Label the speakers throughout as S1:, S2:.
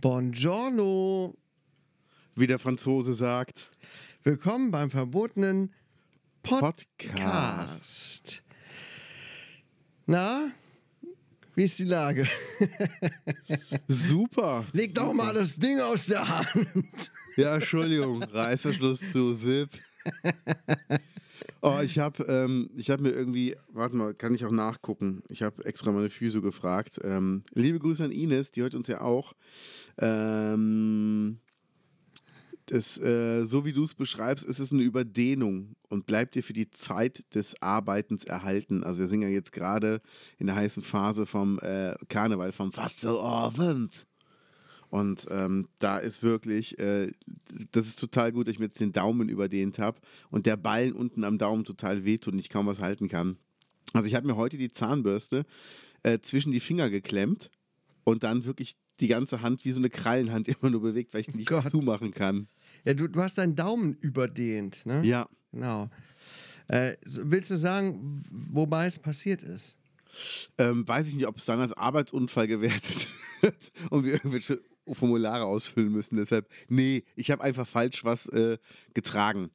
S1: Buongiorno.
S2: Wie der Franzose sagt.
S3: Willkommen beim verbotenen Podcast.
S2: Podcast.
S3: Na, wie ist die Lage?
S2: Super.
S3: Leg doch mal das Ding aus der Hand.
S2: Ja, Entschuldigung. Reißverschluss zu SIP. Oh, ich habe ähm, ich hab mir irgendwie, warte mal, kann ich auch nachgucken. Ich habe extra meine Physio gefragt. Ähm, liebe Grüße an Ines, die hört uns ja auch. Ähm, das, äh, so wie du es beschreibst, ist es eine Überdehnung und bleibt dir für die Zeit des Arbeitens erhalten. Also wir sind ja jetzt gerade in der heißen Phase vom äh, Karneval, vom Fastelovend. Und ähm, da ist wirklich, äh, das ist total gut, dass ich mir jetzt den Daumen überdehnt habe und der Ballen unten am Daumen total wehtut und ich kaum was halten kann. Also ich habe mir heute die Zahnbürste äh, zwischen die Finger geklemmt und dann wirklich die ganze Hand wie so eine Krallenhand immer nur bewegt, weil ich nicht
S3: Gott.
S2: zumachen kann.
S3: Ja, du, du hast deinen Daumen überdehnt, ne?
S2: Ja.
S3: Genau. Äh, so- willst du sagen, wobei es passiert ist?
S2: Ähm, weiß ich nicht, ob es dann als Arbeitsunfall gewertet wird und wir irgendwelche Formulare ausfüllen müssen. Deshalb, nee, ich habe einfach falsch was äh, getragen.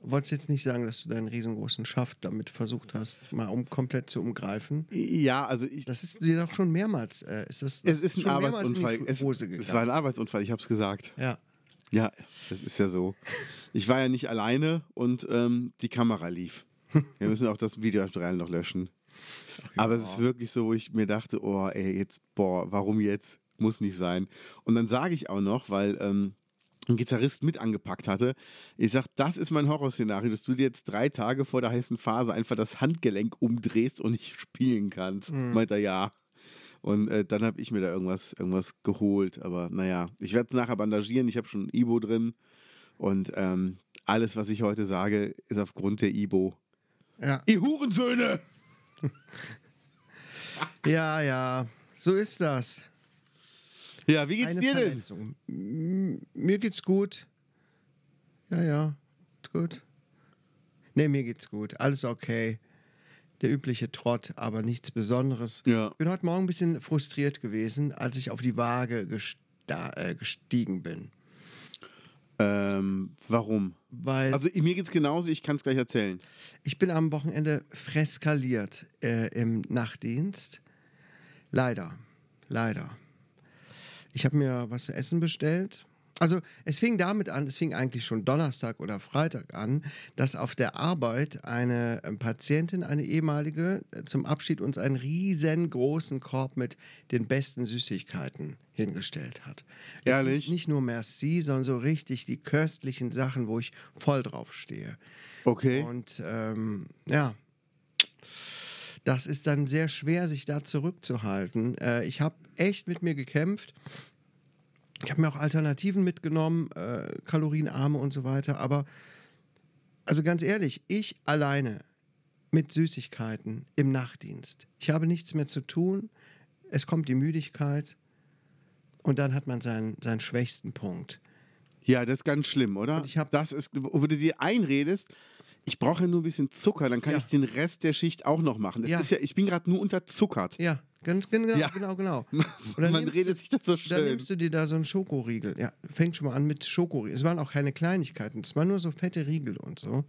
S3: Wolltest jetzt nicht sagen, dass du deinen riesengroßen Schaft damit versucht hast, mal um komplett zu umgreifen?
S2: Ja, also ich,
S3: Das ist dir doch schon mehrmals, äh, ist das,
S2: Es ist ein
S3: schon mehrmals
S2: Arbeitsunfall.
S3: In die
S2: Es,
S3: Hose
S2: es war ein
S3: gegangen.
S2: Arbeitsunfall, ich habe es gesagt.
S3: ja.
S2: Ja, das ist ja so. Ich war ja nicht alleine und ähm, die Kamera lief. Wir müssen auch das Videomaterial noch löschen. Aber es ist wirklich so, wo ich mir dachte, oh, ey, jetzt, boah, warum jetzt? Muss nicht sein. Und dann sage ich auch noch, weil ähm, ein Gitarrist mit angepackt hatte, ich sage, das ist mein Horrorszenario, dass du dir jetzt drei Tage vor der heißen Phase einfach das Handgelenk umdrehst und nicht spielen kannst. Meint er, ja. Und äh, dann habe ich mir da irgendwas, irgendwas geholt. Aber naja, ich werde es nachher bandagieren. Ich habe schon ein Ibo drin. Und ähm, alles, was ich heute sage, ist aufgrund der Ibo.
S3: Ja.
S2: Ihr Hurensöhne!
S3: ja, ja, so ist das.
S2: Ja, wie geht's dir denn?
S3: Verletzung. M- Mir geht's gut. Ja, ja, gut. Nee, mir geht's gut. Alles okay. Der übliche Trott, aber nichts Besonderes.
S2: Ja.
S3: Ich bin heute Morgen ein bisschen frustriert gewesen, als ich auf die Waage gesta- äh, gestiegen bin.
S2: Ähm, warum?
S3: Weil
S2: Also mir geht's genauso, ich kann es gleich erzählen.
S3: ich bin am Wochenende freskaliert äh, im Nachtdienst. Leider, leider. Ich habe mir was zu essen bestellt. Also es fing damit an, es fing eigentlich schon Donnerstag oder Freitag an, dass auf der Arbeit eine ähm, Patientin, eine ehemalige, äh, zum Abschied uns einen riesengroßen Korb mit den besten Süßigkeiten hingestellt hat.
S2: Ehrlich?
S3: Nicht, nicht nur Merci, sondern so richtig die köstlichen Sachen, wo ich voll drauf stehe.
S2: Okay.
S3: Und ähm, ja, das ist dann sehr schwer, sich da zurückzuhalten. Äh, ich habe echt mit mir gekämpft. Ich habe mir auch Alternativen mitgenommen, äh, kalorienarme und so weiter. Aber also ganz ehrlich, ich alleine mit Süßigkeiten im Nachtdienst. Ich habe nichts mehr zu tun. Es kommt die Müdigkeit. Und dann hat man seinen, seinen schwächsten Punkt.
S2: Ja, das ist ganz schlimm, oder?
S3: Und ich hab-
S2: das ist, wo du dir einredest, ich brauche ja nur ein bisschen Zucker, dann kann
S3: Ja.
S2: ich den Rest der Schicht auch noch machen. Das
S3: Ja.
S2: Ist ja, ich bin gerade nur unterzuckert.
S3: Ja, Ganz gen- genau,
S2: Ja.
S3: genau, genau. Und dann
S2: Man
S3: nimmst
S2: redet sich das so
S3: Dann
S2: schön.
S3: nimmst du dir da so einen Schokoriegel. Ja, fängt schon mal an mit Schokoriegel. Es waren auch keine Kleinigkeiten, es waren nur so fette Riegel und so.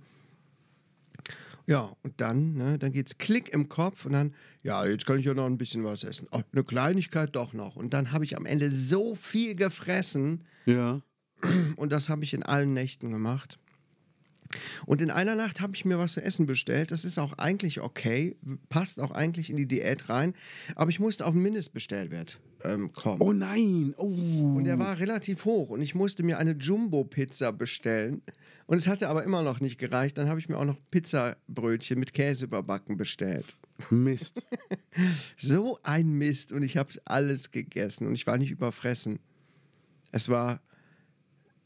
S3: Ja, und dann, ne, dann geht's Klick im Kopf und dann, ja, jetzt kann ich ja noch ein bisschen was essen. Oh, eine Kleinigkeit doch noch. Und dann habe ich am Ende so viel gefressen
S2: Ja.
S3: und das habe ich in allen Nächten gemacht. Und in einer Nacht habe ich mir was zu essen bestellt. Das ist auch eigentlich okay, passt auch eigentlich in die Diät rein. Aber ich musste auf einen Mindestbestellwert ähm, kommen.
S2: Oh nein. Oh.
S3: Und der war relativ hoch und ich musste mir eine Jumbo-Pizza bestellen. Und es hatte aber immer noch nicht gereicht. Dann habe ich mir auch noch Pizzabrötchen mit Käse überbacken bestellt.
S2: Mist.
S3: So ein Mist und ich habe es alles gegessen und ich war nicht überfressen. Es war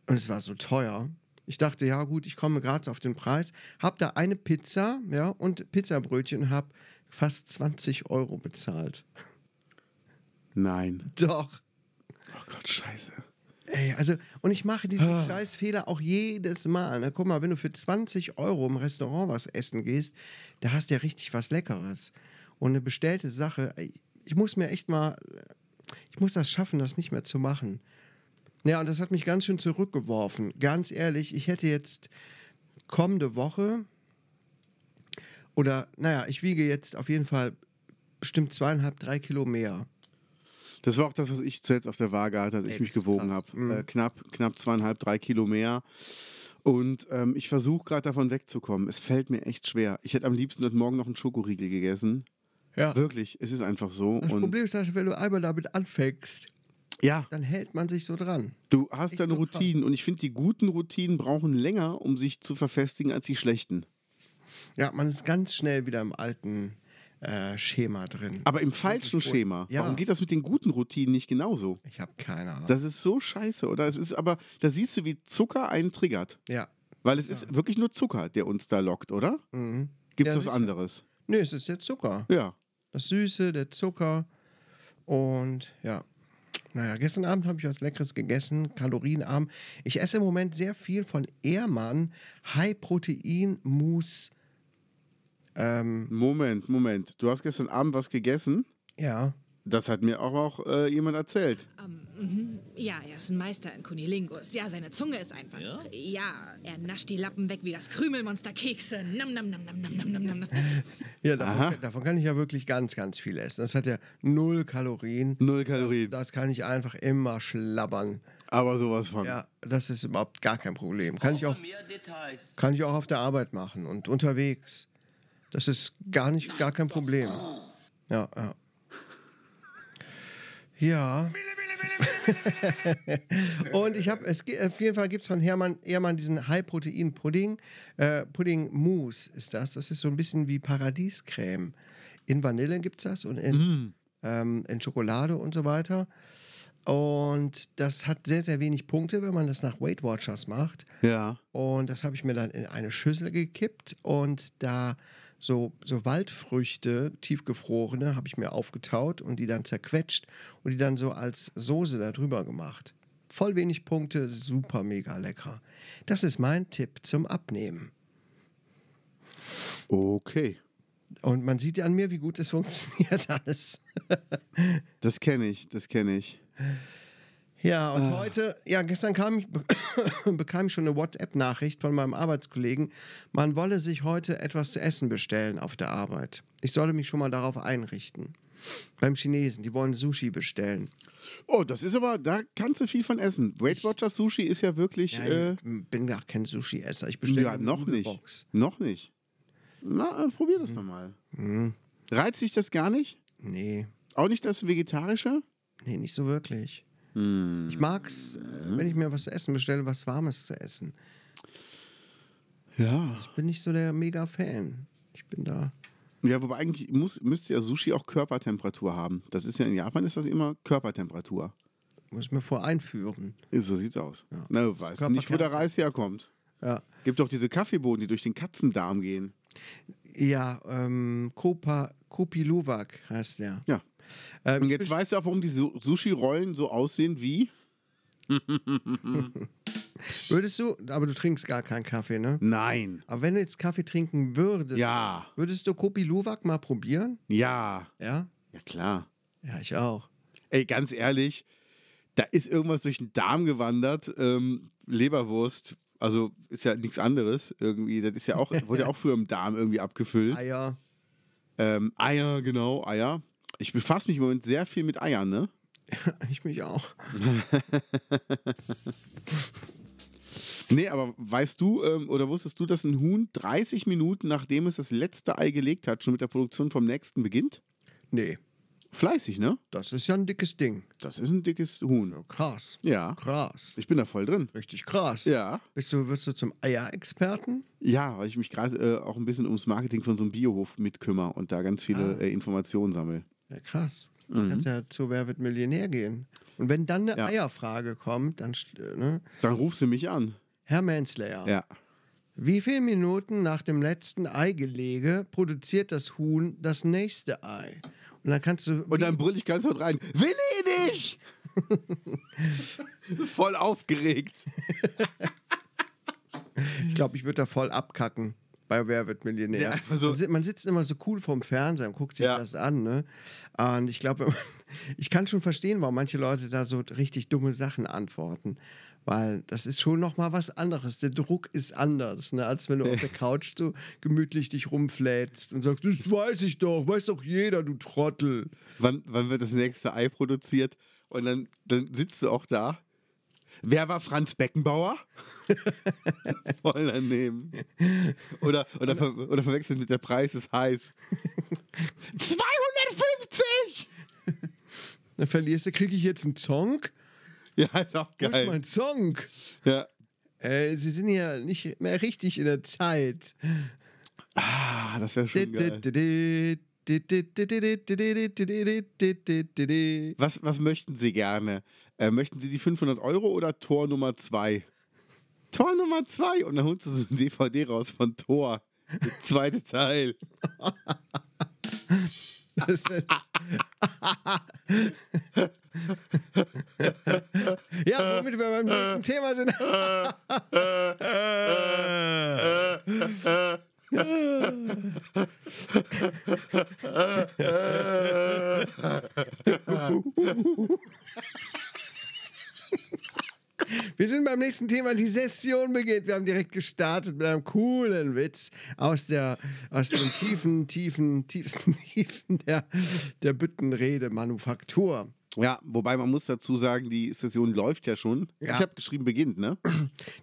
S3: und es war so teuer. Ich dachte, ja gut, ich komme gerade auf den Preis. Hab da eine Pizza, ja, und Pizzabrötchen und habe fast 20 Euro bezahlt.
S2: Nein.
S3: Doch.
S2: Oh Gott, scheiße.
S3: Ey, also, und ich mache diesen
S2: Ah.
S3: Scheißfehler auch jedes Mal. Ne? Guck mal, wenn du für 20 Euro im Restaurant was essen gehst, da hast du ja richtig was Leckeres. Und eine bestellte Sache, ey, ich muss mir echt mal, ich muss das schaffen, das nicht mehr zu machen. Ja, und das hat mich ganz schön zurückgeworfen. Ganz ehrlich, ich hätte jetzt kommende Woche oder, naja, ich wiege jetzt auf jeden Fall bestimmt zweieinhalb, drei Kilo mehr.
S2: Das war auch das, was ich zuletzt auf der Waage hatte, als
S3: Ey,
S2: ich mich
S3: das ist
S2: gewogen
S3: krass.
S2: habe.
S3: Mhm.
S2: Äh, knapp, knapp zweieinhalb, drei Kilo mehr. Und ähm, ich versuche gerade davon wegzukommen. Es fällt mir echt schwer. Ich hätte am liebsten heute Morgen noch einen Schokoriegel gegessen.
S3: Ja.
S2: Wirklich, es ist einfach so.
S3: Das
S2: Und
S3: Problem ist, dass wenn du einmal damit anfängst,
S2: ja,
S3: dann hält man sich so dran.
S2: du hast
S3: Echt
S2: deine
S3: so krass.
S2: Routinen. Und ich finde, die guten Routinen brauchen länger, um sich zu verfestigen, als die schlechten.
S3: Ja, man ist ganz schnell wieder im alten äh, Schema drin.
S2: Aber im falschen Schema.
S3: Ja.
S2: Warum geht das mit den guten Routinen nicht genauso?
S3: Ich habe keine Ahnung.
S2: Das ist so scheiße, oder? Es ist aber, da siehst du, wie Zucker einen triggert.
S3: ja.
S2: Weil es ist wirklich nur Zucker, der uns da lockt, oder?
S3: Mhm.
S2: Gibt es
S3: Ja,
S2: was
S3: sicher.
S2: anderes?
S3: Nö, es ist der Zucker.
S2: Ja.
S3: Das Süße, der Zucker. Und ja. Naja, gestern Abend habe ich was Leckeres gegessen, kalorienarm. Ich esse im Moment sehr viel von Ehrmann High-Protein-Mousse. Ähm,
S2: Moment, Moment. Du hast gestern Abend was gegessen.
S3: ja.
S2: Das hat mir auch, auch äh, jemand erzählt.
S4: Ja, er ist ein Meister in Kunilingus. Ja, seine Zunge ist einfach. Ja? er nascht die Lappen weg wie das Krümelmonster Kekse. Nam, nam, nam, nam, nam, nam, nam, nam.
S3: Ja,
S2: Aha.
S3: davon, davon kann ich ja wirklich ganz, ganz viel essen. Das hat ja null Kalorien.
S2: Null Kalorien.
S3: Das kann ich einfach immer schlabbern.
S2: Aber sowas von.
S3: Ja, das ist überhaupt gar kein Problem. Kann ich auch,
S5: Mehr Details.
S3: kann ich auch auf der Arbeit machen und unterwegs. Das ist gar nicht, gar kein Problem. Ja, ja. Ja. und ich habe, es gibt, auf jeden Fall gibt es von Hermann Ehrmann diesen High-Protein-Pudding. Äh, Pudding Mousse ist das. Das ist so ein bisschen wie Paradiescreme. In Vanille gibt es das und in, ähm, in Schokolade und so weiter. Und das hat sehr, sehr wenig Punkte, wenn man das nach Weight Watchers macht.
S2: Ja.
S3: Und das habe ich mir dann in eine Schüssel gekippt und da so, so Waldfrüchte, tiefgefrorene, habe ich mir aufgetaut und die dann zerquetscht und die dann so als Soße darüber gemacht. Voll wenig Punkte, super mega lecker. Das ist mein Tipp zum Abnehmen.
S2: Okay.
S3: Und man sieht ja an mir, wie gut es funktioniert alles.
S2: Das kenne ich, das kenne ich.
S3: Ja, und
S2: Ah.
S3: heute, ja, gestern kam ich, bekam ich schon eine WhatsApp-Nachricht von meinem Arbeitskollegen, man wolle sich heute etwas zu essen bestellen auf der Arbeit. Ich solle mich schon mal darauf einrichten. Beim Chinesen, die wollen Sushi bestellen.
S2: Oh, das ist aber, da kannst du viel von essen. Weight Watchers Sushi ist ja wirklich,
S3: Ja,
S2: äh,
S3: ich bin gar kein Sushi-Esser. Ich bestelle
S2: ja,
S3: eine
S2: noch nicht.
S3: Nudelbox. Hm.
S2: Noch nicht. Na, äh, probier das doch mal. Reizt dich das gar nicht?
S3: Nee,
S2: Auch nicht das Vegetarische?
S3: nee, nicht so wirklich.
S2: Hm.
S3: Ich mag's, äh, wenn ich mir was zu essen bestelle, was Warmes zu essen.
S2: Ja.
S3: Ich bin nicht so der Mega-Fan. Ich bin da.
S2: Ja, wobei eigentlich muss, müsste ja Sushi auch Körpertemperatur haben. Das ist ja in Japan ist das immer Körpertemperatur.
S3: Muss mir vor einführen.
S2: So sieht's aus. Na, du weißt du nicht, wo der
S3: Körperkern-
S2: Reis herkommt.
S3: Ja.
S2: Gibt doch diese Kaffeebohnen, die durch den Katzendarm gehen.
S3: Ja, ähm, Kopa, Kopiluwak heißt der.
S2: Ja.
S3: Ähm,
S2: Und jetzt weißt du auch, warum die Su Sushi-Rollen so aussehen wie?
S3: Würdest du, aber du trinkst gar keinen Kaffee, ne?
S2: Nein.
S3: Aber wenn du jetzt Kaffee trinken würdest,
S2: Ja.
S3: würdest du Kopiluwak mal probieren?
S2: Ja.
S3: Ja?
S2: Ja, klar.
S3: Ja, ich auch.
S2: Ey, ganz ehrlich, da ist irgendwas durch den Darm gewandert. Ähm, Leberwurst, also ist ja nichts anderes irgendwie. Das ist ja auch, wurde ja auch früher im Darm irgendwie abgefüllt.
S3: Eier.
S2: Ähm, Eier, genau, Eier. Ich befasse mich im Moment sehr viel mit Eiern, ne?
S3: Ich mich auch.
S2: Nee, aber weißt du ähm, oder wusstest du, dass ein Huhn 30 Minuten nachdem es das letzte Ei gelegt hat, schon mit der Produktion vom nächsten beginnt?
S3: Nee,
S2: Fleißig, ne?
S3: das ist ja ein dickes Ding.
S2: Das ist ein dickes Huhn.
S3: Ja, krass.
S2: Ja.
S3: Krass.
S2: Ich bin da voll drin.
S3: Richtig krass.
S2: Ja.
S3: Bist du, wirst du zum Eierexperten?
S2: Ja, weil ich mich gerade äh, auch ein bisschen ums Marketing von so einem Biohof mitkümmere und da ganz viele äh, Informationen sammle.
S3: Ja, krass. Du kannst ja zu Wer wird Millionär gehen. Und wenn dann eine
S2: Mhm. Ja.
S3: Eierfrage kommt, dann, st- äh, ne?
S2: Dann rufst du mich an.
S3: Herr Manslayer,
S2: Ja.
S3: wie viele Minuten nach dem letzten Eigelege produziert das Huhn das nächste Ei? Und dann kannst du.
S2: Und dann brüll ich ganz laut rein: Will ich nicht! voll aufgeregt.
S3: ich glaube, ich würde da voll abkacken bei Wer wird Millionär.
S2: Ja, einfach so.
S3: man, sitzt, man sitzt immer so cool vorm Fernseher und guckt sich
S2: Ja.
S3: das an. Ne? Und ich glaube, wenn man- ich kann schon verstehen, warum manche Leute da so richtig dumme Sachen antworten. Weil das ist schon nochmal was anderes. Der Druck ist anders, ne? als wenn du auf der Couch so gemütlich dich rumflätst und sagst, das weiß ich doch, weiß doch jeder, du Trottel.
S2: Wann, wann wird das nächste Ei produziert? Und dann, dann sitzt du auch da. Wer war Franz Beckenbauer? Voll daneben. Oder, oder, ver, oder verwechselt mit der Preis ist heiß. 250!
S3: Dann verlierst du, kriege ich jetzt einen Zong?
S2: Ja, ist auch
S3: Wo ist
S2: geil.
S3: mein Zong?
S2: Ja.
S3: Äh, sie sind ja nicht mehr richtig in der Zeit.
S2: Ah, das wäre schon geil.
S3: Tor
S2: Was, was möchten Sie gerne? Äh, möchten Sie die 500 Euro oder Tor Nummer 2? Tor Nummer 2! Und dann holst du so ein DVD raus von Tor. Der zweite Teil.
S3: ja, womit wir beim nächsten Thema sind. Wir sind beim nächsten Thema. Die Session beginnt. Wir haben direkt gestartet mit einem coolen Witz aus, der, aus den tiefen, tiefen, tiefsten Tiefen der, der Büttenrede-Manufaktur.
S2: Ja, wobei man muss dazu sagen, die Session läuft ja schon.
S3: Ja.
S2: Ich habe geschrieben, beginnt, ne?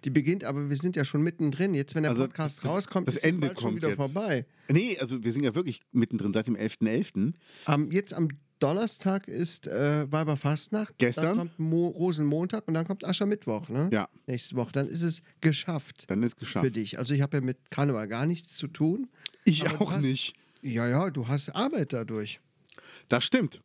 S3: Die beginnt, aber wir sind ja schon mittendrin. Jetzt, wenn der
S2: Also,
S3: Podcast
S2: das-
S3: rauskommt,
S2: das
S3: ist die
S2: Ende
S3: bald schon
S2: kommt
S3: wieder
S2: jetzt.
S3: vorbei.
S2: Nee, also wir sind ja wirklich mittendrin seit dem 11.11.
S3: Am- jetzt am Donnerstag ist äh, Weiberfastnacht.
S2: Gestern?
S3: Dann kommt Mo Rosenmontag und dann kommt Aschermittwoch, ne?
S2: Ja.
S3: Nächste Woche. Dann ist es geschafft
S2: Dann ist
S3: für
S2: geschafft.
S3: dich. Also ich habe ja mit Karneval gar nichts zu tun.
S2: Ich
S3: Aber du
S2: auch
S3: hast-
S2: nicht.
S3: Ja, ja, du hast Arbeit dadurch.
S2: Das stimmt.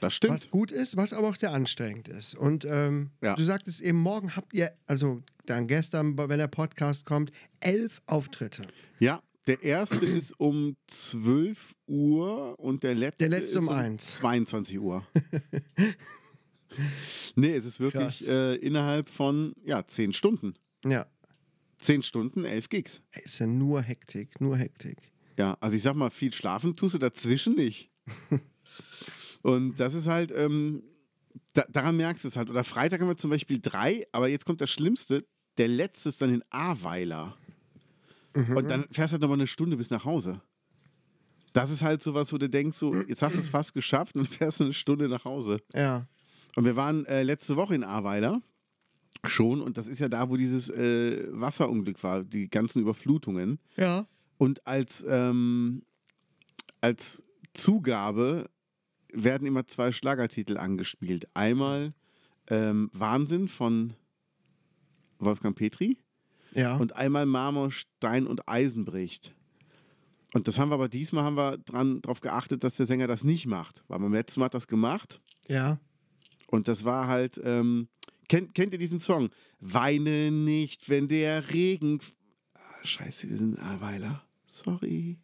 S2: Das stimmt.
S3: Was gut ist, was aber auch sehr anstrengend ist. Und ähm,
S2: Ja.
S3: du sagtest eben, morgen habt ihr, also dann gestern, wenn der Podcast kommt, elf Auftritte.
S2: Ja, der erste ist um 12 Uhr und der letzte,
S3: Der letzte
S2: ist
S3: um eins.
S2: 22 Uhr. nee, es ist
S3: Krass.
S2: wirklich äh, innerhalb von ja, 10 Stunden.
S3: Ja,
S2: 10 Stunden, 11 Gigs.
S3: Ey, ist ja nur Hektik, nur Hektik.
S2: Ja, also ich sag mal, viel schlafen tust du dazwischen nicht. und das ist halt, ähm, da, daran merkst du es halt. Oder Freitag haben wir zum Beispiel drei, aber jetzt kommt das Schlimmste, der letzte ist dann in Ahrweiler. Und dann fährst du halt nochmal eine Stunde bis nach Hause. Das ist halt sowas, wo du denkst, so, jetzt hast du es fast geschafft und fährst eine Stunde nach Hause.
S3: Ja.
S2: Und wir waren äh, letzte Woche in Ahrweiler schon und das ist ja da, wo dieses äh, Wasserunglück war, die ganzen Überflutungen.
S3: Ja.
S2: Und als, ähm, als Zugabe werden immer zwei Schlagertitel angespielt. Einmal ähm, Wahnsinn von Wolfgang Petri
S3: Ja.
S2: und einmal Marmor, Stein und Eisen bricht. Und das haben wir aber diesmal haben wir dran, darauf geachtet, dass der Sänger das nicht macht. Weil beim letzten Mal hat das gemacht
S3: ja.
S2: und das war halt, ähm, kennt, kennt ihr diesen Song? Weine nicht, wenn der Regen. f- Ah, scheiße, wir sind in Ahrweiler. Sorry.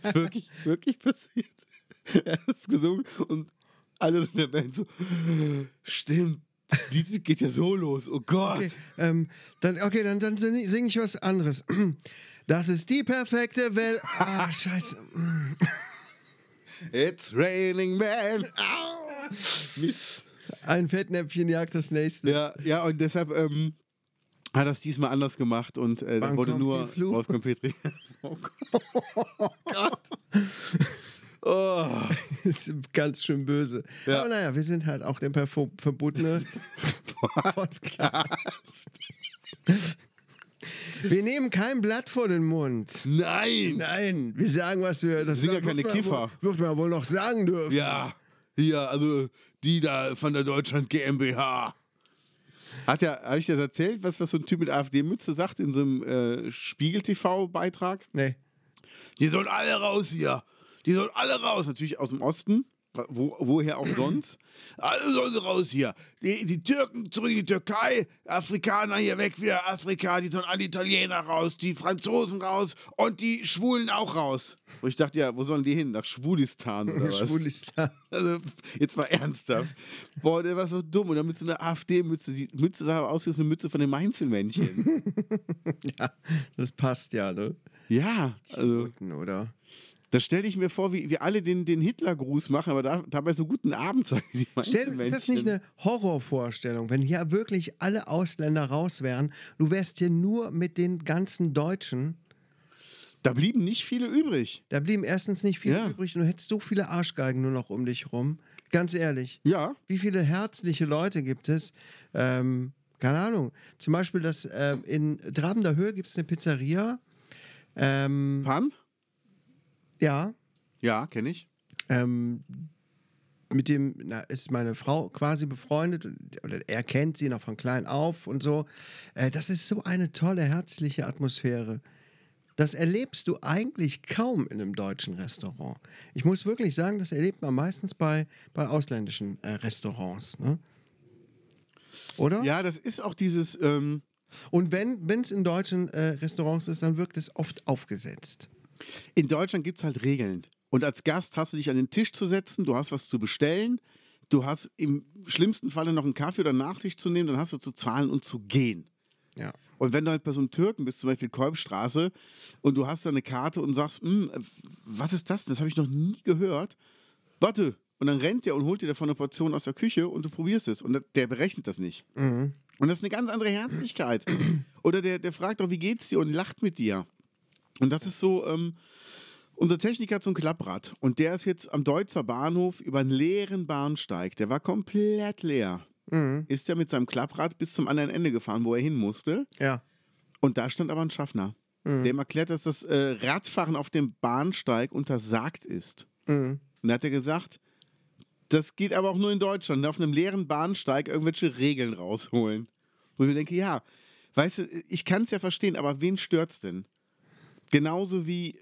S2: ist wirklich, wirklich passiert. er hat es gesungen und alle in der Band so, stimmt, das Lied geht ja so los, oh Gott.
S3: Okay, ähm, dann, okay, dann, dann singe sing ich was anderes. Das ist die perfekte Welt. Ah, scheiße.
S2: It's raining man.
S3: Ah. Ein Fettnäpfchen jagt das nächste.
S2: Ja, ja, und deshalb ähm, hat das diesmal anders gemacht und äh, dann
S3: Wann
S2: wurde
S3: kommt
S2: nur
S3: die Flut?
S2: Wolfgang Petri. oh Gott. Oh Gott. Oh.
S3: Das ist ganz schön böse.
S2: Ja.
S3: Aber naja, wir sind halt auch der perfo- verbotene Podcast. wir nehmen kein Blatt vor den Mund.
S2: Nein!
S3: Nein, wir sagen, was wir. Das
S2: sind ja keine
S3: wird man
S2: Kiffer.
S3: Wohl, wird man wohl noch sagen dürfen.
S2: Ja, hier, also die da von der Deutschland GmbH. Hat ja, habe ich dir das erzählt, was, was so ein Typ mit AfD-Mütze sagt in so einem äh, Spiegel-TV-Beitrag?
S3: Nee.
S2: Die sollen alle raus hier. Die sollen alle raus. Natürlich aus dem Osten. Wo, woher auch sonst? Alle sollen sie raus hier. Die, die Türken zurück in die Türkei, Afrikaner hier weg wieder Afrika, die sollen alle Italiener raus, die Franzosen raus und die Schwulen auch raus. Wo ich dachte, ja, wo sollen die hin? Nach Schwulistan oder was?
S3: Schwulistan.
S2: Also, jetzt mal ernsthaft. Boah, der war so dumm. Und dann mit so einer AfD-Mütze. Die Mütze sah aber aus wie so eine Mütze von den Mainzelmännchen.
S3: Ja, das passt ja, ne?
S2: ja, also.
S3: Oder?
S2: Da stelle ich mir vor, wie wir alle den, den Hitlergruß machen, aber da, dabei so guten Abend sagen die
S3: Stell, ist das nicht eine Horrorvorstellung, wenn hier wirklich alle Ausländer raus wären? Du wärst hier nur mit den ganzen Deutschen.
S2: Da blieben nicht viele übrig.
S3: Da blieben erstens nicht viele
S2: Ja.
S3: übrig und du hättest so viele Arschgeigen nur noch um dich rum. Ganz ehrlich.
S2: Ja.
S3: Wie viele herzliche Leute gibt es? Ähm, keine Ahnung. Zum Beispiel, das, ähm, in Drabender Höhe gibt es eine Pizzeria. Ähm,
S2: Pan?
S3: ja,
S2: Ja, kenne ich.
S3: ähm, mit dem na, ist meine Frau quasi befreundet und- oder er kennt sie noch von klein auf und so. Äh, das ist so eine tolle, herzliche Atmosphäre. Das erlebst du eigentlich kaum in einem deutschen Restaurant. Ich muss wirklich sagen, das erlebt man meistens bei, bei ausländischen äh, Restaurants. Ne? Oder?
S2: Ja, das ist auch dieses. Ähm,
S3: Und wenn es in deutschen äh, Restaurants ist, dann wirkt es oft aufgesetzt.
S2: in Deutschland gibt es halt Regeln. Und als Gast hast du dich an den Tisch zu setzen, du hast was zu bestellen, du hast im schlimmsten Falle noch einen Kaffee oder einen Nachtisch zu nehmen, dann hast du zu zahlen und zu gehen.
S3: Ja.
S2: Und wenn du halt bei so einem Türken bist, zum Beispiel Kolbstraße, und du hast da eine Karte und sagst, "Hm, äh, was ist das? denn? Das habe ich noch nie gehört. Warte. Und dann rennt der und holt dir davon eine Portion aus der Küche und du probierst es. Und da- der berechnet das nicht. Und das ist eine ganz andere Herzlichkeit. Oder der, der fragt auch, wie geht's dir und lacht mit dir. Und das ist so, ähm, unser Techniker hat so ein Klapprad. Und der ist jetzt am Deutzer Bahnhof über einen leeren Bahnsteig. Der war komplett leer. Ist er mit seinem Klapprad bis zum anderen Ende gefahren, wo er hin musste.
S3: Ja.
S2: Und da stand aber ein Schaffner, dem erklärt, dass das äh, Radfahren auf dem Bahnsteig untersagt ist. Und da hat er gesagt, das geht aber auch nur in Deutschland, ne? auf einem leeren Bahnsteig irgendwelche Regeln rausholen. Wo ich mir denke, ja, weißt du, ich kann es ja verstehen, aber wen stört's denn? Genauso wie,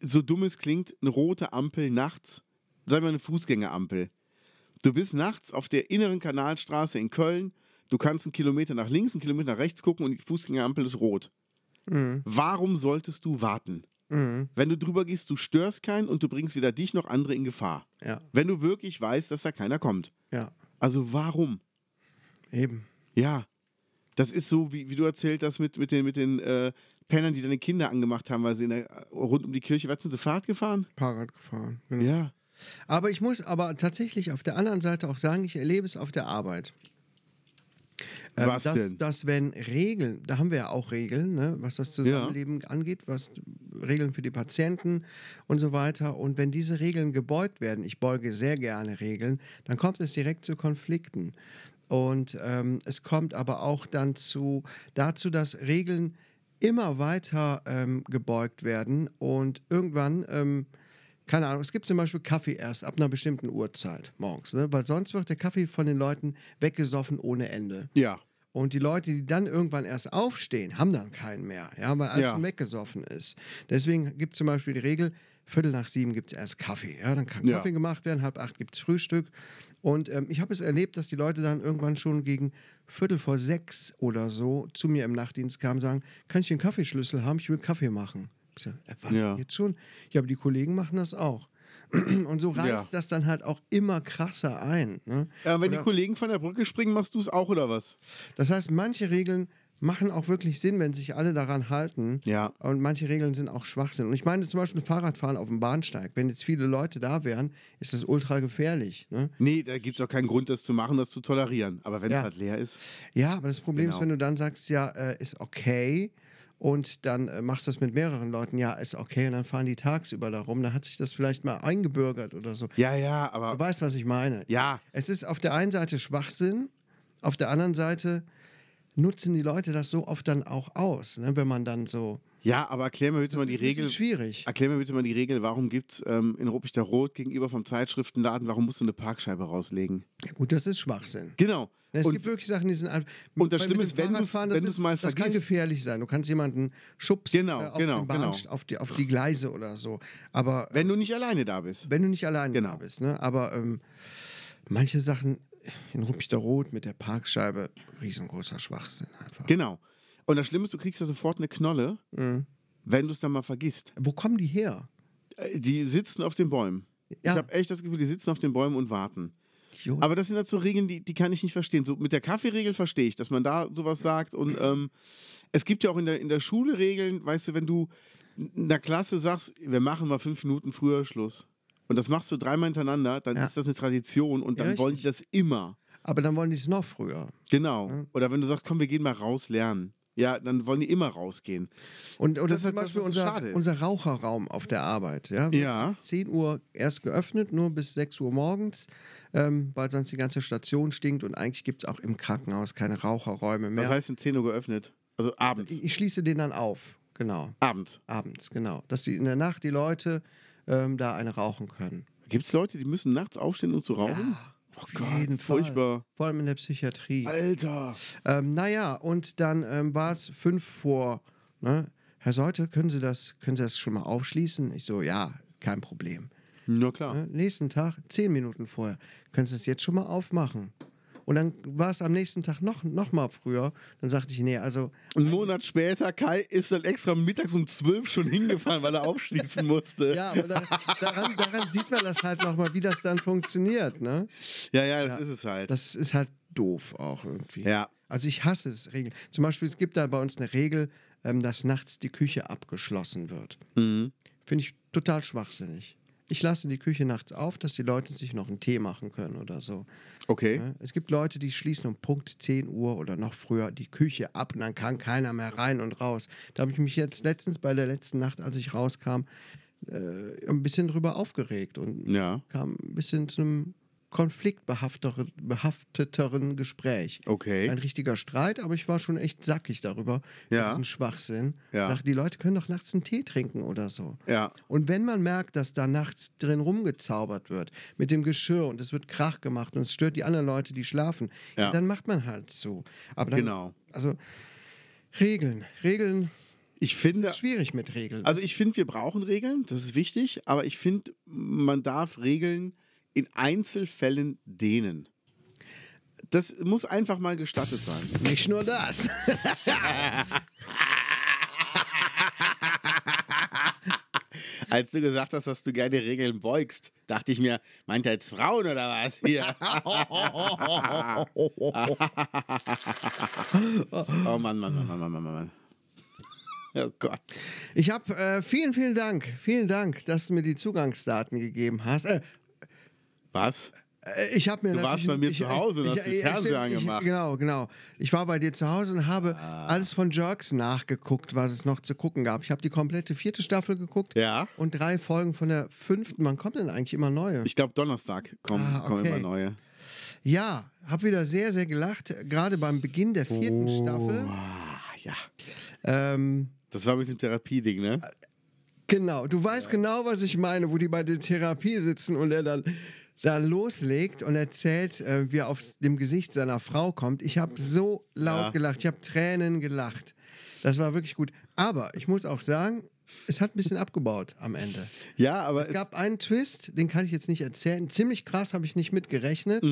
S2: so dumm es klingt, eine rote Ampel nachts, sagen wir eine Fußgängerampel. Du bist nachts auf der inneren Kanalstraße in Köln. Du kannst einen Kilometer nach links, einen Kilometer nach rechts gucken und die Fußgängerampel ist rot.
S3: Mhm.
S2: Warum solltest du warten? Wenn du drüber gehst, du störst keinen und du bringst weder dich noch andere in Gefahr.
S3: Ja.
S2: Wenn du wirklich weißt, dass da keiner kommt.
S3: Ja.
S2: Also warum?
S3: Eben.
S2: Ja. Das ist so, wie, wie du erzählt hast mit, mit den, mit den äh, Pennern, die deine Kinder angemacht haben, weil sie in der, rund um die Kirche, was sind sie, Fahrt gefahren?
S3: Fahrrad gefahren. Genau.
S2: Ja.
S3: Aber ich muss aber tatsächlich auf der anderen Seite auch sagen, ich erlebe es auf der Arbeit. Ähm,
S2: Was
S3: dass,
S2: denn?
S3: Dass wenn Regeln, da haben wir ja auch Regeln, ne, was das Zusammenleben angeht, was Regeln für die Patienten und so weiter. Und wenn diese Regeln gebeugt werden, ich beuge sehr gerne Regeln, dann kommt es direkt zu Konflikten. Und ähm, es kommt aber auch dann zu, dazu, dass Regeln immer weiter ähm, gebeugt werden und irgendwann ähm, keine Ahnung, es gibt zum Beispiel Kaffee erst ab einer bestimmten Uhrzeit morgens, ne? weil sonst wird der Kaffee von den Leuten weggesoffen ohne Ende.
S2: Ja.
S3: Und die Leute, die dann irgendwann erst aufstehen, haben dann keinen mehr, ja, weil alles
S2: Ja.
S3: schon weggesoffen ist. Deswegen gibt es zum Beispiel die Regel, Viertel nach sieben gibt es erst Kaffee. Ja, dann kann
S2: Ja.
S3: Kaffee gemacht werden, halb acht gibt es Frühstück. Und ähm, ich habe es erlebt, dass die Leute dann irgendwann schon gegen Viertel vor sechs oder so zu mir im Nachtdienst kamen und sagen, kann ich den Kaffeeschlüssel haben? Ich will Kaffee machen. Ich so, äh, was,
S2: Ja.
S3: jetzt schon? Ja, aber die Kollegen machen das auch. Und so reißt
S2: Ja.
S3: das dann halt auch immer krasser ein. Ne?
S2: Äh, wenn
S3: Oder-
S2: die Kollegen von der Brücke springen, machst du es auch oder was?
S3: Das heißt, manche Regeln machen auch wirklich Sinn, wenn sich alle daran halten.
S2: Ja.
S3: Und manche Regeln sind auch Schwachsinn. Und ich meine zum Beispiel Fahrradfahren auf dem Bahnsteig. Wenn jetzt viele Leute da wären, ist das ultra gefährlich. Ne?
S2: Nee, da gibt es auch keinen Grund, das zu machen, das zu tolerieren. Aber wenn es
S3: Ja.
S2: halt leer ist,
S3: Ja, aber das Problem
S2: Genau.
S3: ist, wenn du dann sagst, ja, äh, ist okay. Und dann äh, machst du das mit mehreren Leuten, ja, ist okay, und dann fahren die tagsüber da rum, dann hat sich das vielleicht mal eingebürgert oder so.
S2: ja, ja, aber
S3: Du weißt, was ich meine.
S2: ja,
S3: Es ist auf der einen Seite Schwachsinn, auf der anderen Seite nutzen die Leute das so oft dann auch aus, ne? wenn man dann so.
S2: ja, aber erklär mir
S3: Das
S2: bitte mal
S3: ist
S2: die
S3: ein bisschen
S2: Regel.
S3: schwierig.
S2: Erklär mir bitte mal die Regel, warum gibt es ähm, in Ruppichter Rot gegenüber vom Zeitschriftenladen, warum musst du eine Parkscheibe rauslegen?
S3: Ja, gut, das ist Schwachsinn.
S2: Genau.
S3: Es
S2: Und
S3: gibt wirklich Sachen, die sind einfach.
S2: und das
S3: bei-
S2: Schlimme
S3: mit
S2: ist,
S3: dem
S2: wenn du's-
S3: Fahrradfahren,
S2: wenn
S3: das
S2: du's
S3: ist-
S2: mal
S3: Das kann
S2: vergisst.
S3: gefährlich sein. Du kannst jemanden schubsen äh,
S2: Genau,
S3: auf,
S2: genau,
S3: den Bahn,
S2: genau.
S3: auf, die, auf die Gleise oder so. Aber äh,
S2: wenn du nicht alleine da bist.
S3: wenn du nicht allein
S2: Genau.
S3: da bist. Ne? Aber ähm, manche Sachen in Ruppichter Rot mit der Parkscheibe, riesengroßer Schwachsinn einfach.
S2: Genau. Und das Schlimme ist, du kriegst ja sofort eine Knolle,
S3: Mhm.
S2: wenn du es dann mal vergisst.
S3: Wo kommen die her?
S2: Äh, Die sitzen auf den Bäumen.
S3: Ja.
S2: Ich habe echt das Gefühl, die sitzen auf den Bäumen und warten.
S3: Idioten.
S2: Aber das sind halt so Regeln, die, die kann ich nicht verstehen. So mit der Kaffeeregel verstehe ich, dass man da sowas sagt. Und ähm, es gibt ja auch in der, in der Schule Regeln, weißt du, wenn du einer Klasse sagst, wir machen mal fünf Minuten früher Schluss. Und das machst du dreimal hintereinander, dann
S3: Ja.
S2: ist das eine Tradition und dann
S3: Ja,
S2: wollen die das immer.
S3: Aber dann wollen die es noch früher.
S2: Genau. Oder wenn du sagst, komm, wir gehen mal raus lernen. Ja, dann wollen die immer rausgehen.
S3: Und oder
S2: Das
S3: zum
S2: ist halt das,
S3: Beispiel
S2: was uns schadet.
S3: unser, unser Raucherraum auf der Arbeit. Ja? wird
S2: Ja.
S3: 10 Uhr erst geöffnet, nur bis 6 Uhr morgens, ähm, weil sonst die ganze Station stinkt und eigentlich gibt es auch im Krankenhaus keine Raucherräume mehr.
S2: Das heißt, in 10 Uhr geöffnet. Also abends.
S3: ich, ich schließe den dann auf, genau.
S2: Abends.
S3: Abends, genau. Dass die in der Nacht die Leute ähm, da eine rauchen können.
S2: Gibt es Leute, die müssen nachts aufstehen, um zu rauchen? oh
S3: auf
S2: Gott,
S3: jeden Fall.
S2: furchtbar.
S3: Vor allem in der Psychiatrie.
S2: Alter.
S3: Ähm, naja, und dann ähm, war es fünf vor. Ne? Herr Seute, können Sie, das, können Sie das schon mal aufschließen? Ich so, ja, kein Problem.
S2: Na klar.
S3: Ne? Nächsten Tag, zehn Minuten vorher, können Sie das jetzt schon mal aufmachen? Und dann war es am nächsten Tag noch, noch mal früher. Dann sagte ich, nee, also
S2: Einen Monat später, Kai ist dann extra mittags um 12 schon hingefahren, weil er aufschließen musste.
S3: ja, aber da, daran, daran sieht man das halt noch mal, wie das dann funktioniert. Ne?
S2: ja, ja, das ist es halt.
S3: Das ist halt doof auch irgendwie.
S2: Ja.
S3: Also ich hasse es, Regeln. Zum Beispiel, es gibt da bei uns eine Regel, ähm, dass nachts die Küche abgeschlossen wird.
S2: Mhm.
S3: Finde ich total schwachsinnig. Ich lasse die Küche nachts auf, dass die Leute sich noch einen Tee machen können oder so.
S2: Okay.
S3: Ne? Es gibt Leute, die schließen um Punkt 10 Uhr oder noch früher die Küche ab und dann kann keiner mehr rein und raus. Da habe ich mich jetzt letztens bei der letzten Nacht, als ich rauskam, äh, ein bisschen drüber aufgeregt und
S2: Ja.
S3: kam ein bisschen zu einem konfliktbehaftere- behafteteren Gespräch.
S2: Okay.
S3: Ein richtiger Streit, aber ich war schon echt sackig darüber.
S2: Ja.
S3: Diesen Schwachsinn.
S2: Ja.
S3: Dachte, die Leute können doch nachts einen Tee trinken oder so.
S2: Ja.
S3: Und wenn man merkt, dass da nachts drin rumgezaubert wird mit dem Geschirr und es wird Krach gemacht und es stört die anderen Leute, die schlafen,
S2: Ja.
S3: ja, dann macht man halt so. Aber dann,
S2: Genau.
S3: Also Regeln, Regeln.
S2: Ich
S3: Es
S2: finde,
S3: ist schwierig mit Regeln.
S2: also ich finde, wir brauchen Regeln, das ist wichtig, aber ich finde, man darf Regeln in Einzelfällen dehnen. Das muss einfach mal gestattet sein.
S3: nicht nur das.
S2: Als du gesagt hast, dass du gerne Regeln beugst, dachte ich mir, meint er jetzt Frauen oder was hier? oh Mann, Mann, Mann, Mann, Mann, Mann, Mann. Oh Gott.
S3: Ich habe äh, vielen, vielen Dank, vielen Dank, dass du mir die Zugangsdaten gegeben hast. Äh,
S2: Was?
S3: Äh, Ich habe mir
S2: Du warst
S3: natürlich-
S2: bei mir
S3: ich,
S2: zu Hause und hast den Fernseher angemacht. Ah.
S3: Ich, genau, genau. Ich war bei dir zu Hause und habe alles von Jerks nachgeguckt, was es noch zu gucken gab. Ich habe die komplette vierte Staffel geguckt
S2: Ja.
S3: und drei Folgen von der fünften. Wann kommt denn eigentlich immer neue?
S2: Ich glaube, Donnerstag kommen,
S3: Ah,
S2: kommen immer
S3: okay.
S2: neue.
S3: ja, habe wieder sehr, sehr gelacht, gerade beim Beginn der vierten
S2: Oh.
S3: Staffel.
S2: Ah, ja.
S3: Ähm,
S2: Das war mit dem Therapieding, ne?
S3: Genau, du weißt genau, was ich meine, wo die bei der Therapie sitzen und er dann da loslegt und erzählt, äh, wie er auf dem Gesicht seiner Frau kommt. Ich habe so laut
S2: Ja.
S3: gelacht, ich habe Tränen gelacht. Das war wirklich gut. Aber ich muss auch sagen, es hat ein bisschen abgebaut am Ende.
S2: Ja, aber es
S3: Es gab einen Twist, den kann ich jetzt nicht erzählen. Ziemlich krass, habe ich nicht mitgerechnet,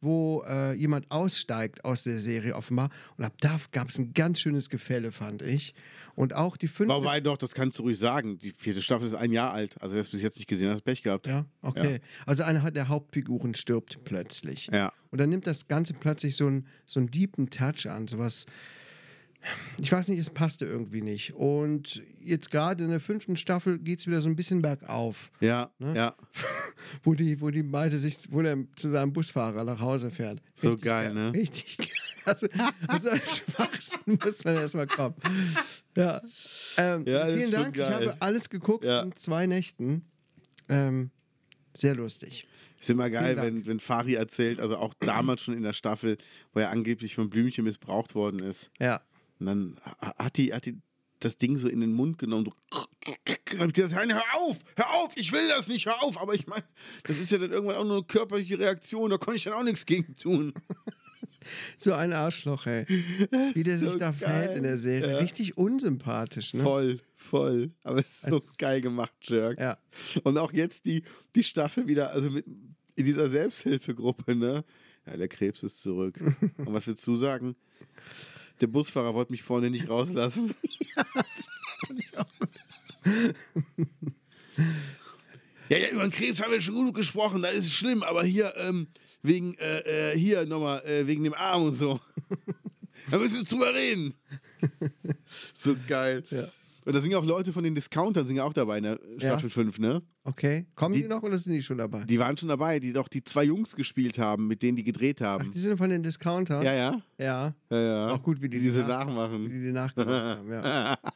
S3: wo äh, jemand aussteigt aus der Serie offenbar. Und ab da gab es ein ganz schönes Gefälle, fand ich. Und auch die fünfte
S2: Wobei doch, das kannst du ruhig sagen. Die vierte Staffel ist ein Jahr alt. Also, wer es bis jetzt nicht gesehen hat, hat Pech gehabt.
S3: Ja, okay. Also einer der Hauptfiguren stirbt plötzlich.
S2: Ja.
S3: Und dann nimmt das Ganze plötzlich so einen so einen deepen Touch an, sowas. ich weiß nicht, es passte irgendwie nicht. Und jetzt gerade in der fünften Staffel geht es wieder so ein bisschen bergauf,
S2: Ja,
S3: Ne?
S2: ja.
S3: wo die, wo die beide sich, wo der zu seinem Busfahrer nach Hause fährt.
S2: So geil, ne?
S3: Richtig geil. Also, also Schwachsinn muss man erstmal kommen. Ja. Ähm,
S2: Ja, das ist
S3: vielen
S2: schon
S3: Dank,
S2: geil.
S3: ich habe alles geguckt
S2: Ja.
S3: in zwei Nächten. Ähm, sehr lustig.
S2: Ist immer geil,
S3: Vielen Dank.
S2: wenn, wenn Fari erzählt, also auch damals schon in der Staffel, wo er angeblich von Blümchen missbraucht worden ist.
S3: Ja.
S2: Und dann ha- hat die, hat die das Ding so in den Mund genommen. So, und hab ich gesagt, nein, hör auf, hör auf, ich will das nicht, hör auf. Aber ich meine, das ist ja dann irgendwann auch nur eine körperliche Reaktion, da konnte ich dann auch nichts gegen tun.
S3: So ein Arschloch, ey. Wie der sich
S2: So
S3: da verhält in der
S2: geil,
S3: Serie.
S2: ja.
S3: Richtig unsympathisch, ne?
S2: Voll, voll. Aber es ist so
S3: Es-
S2: geil gemacht, Jerk.
S3: Ja.
S2: Und auch jetzt die, die Staffel wieder, also mit, in dieser Selbsthilfegruppe, ne? Ja, der Krebs ist zurück. Und was willst du sagen? Der Busfahrer wollte mich vorne nicht rauslassen. ja, ja, über den Krebs haben wir schon genug gesprochen, da ist es schlimm, aber hier, ähm, wegen, äh, äh, hier nochmal, äh, wegen dem Arm und so. da müssen wir drüber reden. So geil.
S3: Ja.
S2: Und da sind ja auch Leute von den Discountern sind ja auch dabei in der Staffel 5, ne?
S3: Okay. Kommen die,
S2: Die-
S3: noch oder sind die schon dabei?
S2: Die waren schon dabei, die doch die zwei Jungs gespielt haben, mit denen die gedreht
S3: Ach,
S2: haben.
S3: die sind von den Discounter.
S2: ja, ja,
S3: ja.
S2: ja, ja.
S3: Auch gut, wie die
S2: diese
S3: nach- Wie
S2: nachmachen.
S3: die die nachgemacht haben, ja.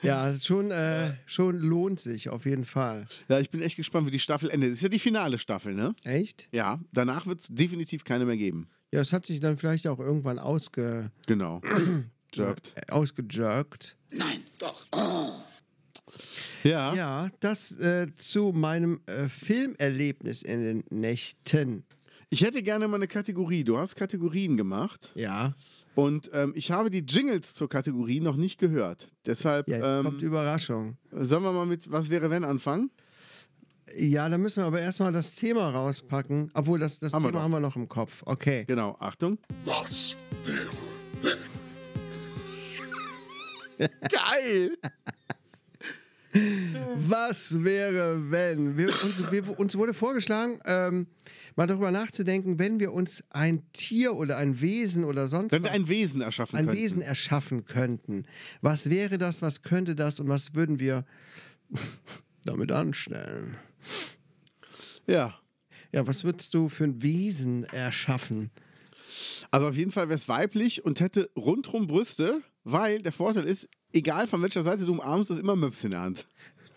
S3: Ja, schon, äh, schon lohnt sich auf jeden Fall.
S2: Ja, ich bin echt gespannt, wie die Staffel endet. Das ist ja die finale Staffel, ne?
S3: Echt?
S2: Ja, danach wird es definitiv keine mehr geben.
S3: Ja, es hat sich dann vielleicht auch irgendwann ausge,
S2: Genau. Jerkt.
S3: äh, ausgejerkt.
S2: Ja.
S3: Ja, das äh, zu meinem äh, Filmerlebnis in den Nächten.
S2: Ich hätte gerne mal eine Kategorie. Du hast Kategorien gemacht.
S3: Ja.
S2: Und ähm, ich habe die Jingles zur Kategorie noch nicht gehört. Deshalb
S3: Ja, jetzt kommt
S2: ähm,
S3: Überraschung.
S2: sollen wir mal mit Was wäre wenn anfangen?
S3: Ja, da müssen wir aber erstmal das Thema rauspacken. Obwohl, das, das
S2: Haben wir
S3: Thema
S2: doch.
S3: haben wir noch im Kopf. Okay.
S2: Genau, Achtung.
S5: Was wäre, wenn?
S2: Geil!
S3: Was wäre, wenn? Wir, uns, wir, uns wurde vorgeschlagen, ähm, mal darüber nachzudenken, wenn wir uns ein Tier oder ein Wesen oder sonst
S2: Wenn wir
S3: was,
S2: ein Wesen erschaffen
S3: ein
S2: könnten.
S3: Wesen erschaffen könnten. Was wäre das, was könnte das und was würden wir damit anstellen?
S2: Ja.
S3: Ja, was würdest du für ein Wesen erschaffen?
S2: Also auf jeden Fall wäre es weiblich und hätte rundrum Brüste, weil der Vorteil ist, egal von welcher Seite du umarmst, ist immer Möps in der Hand.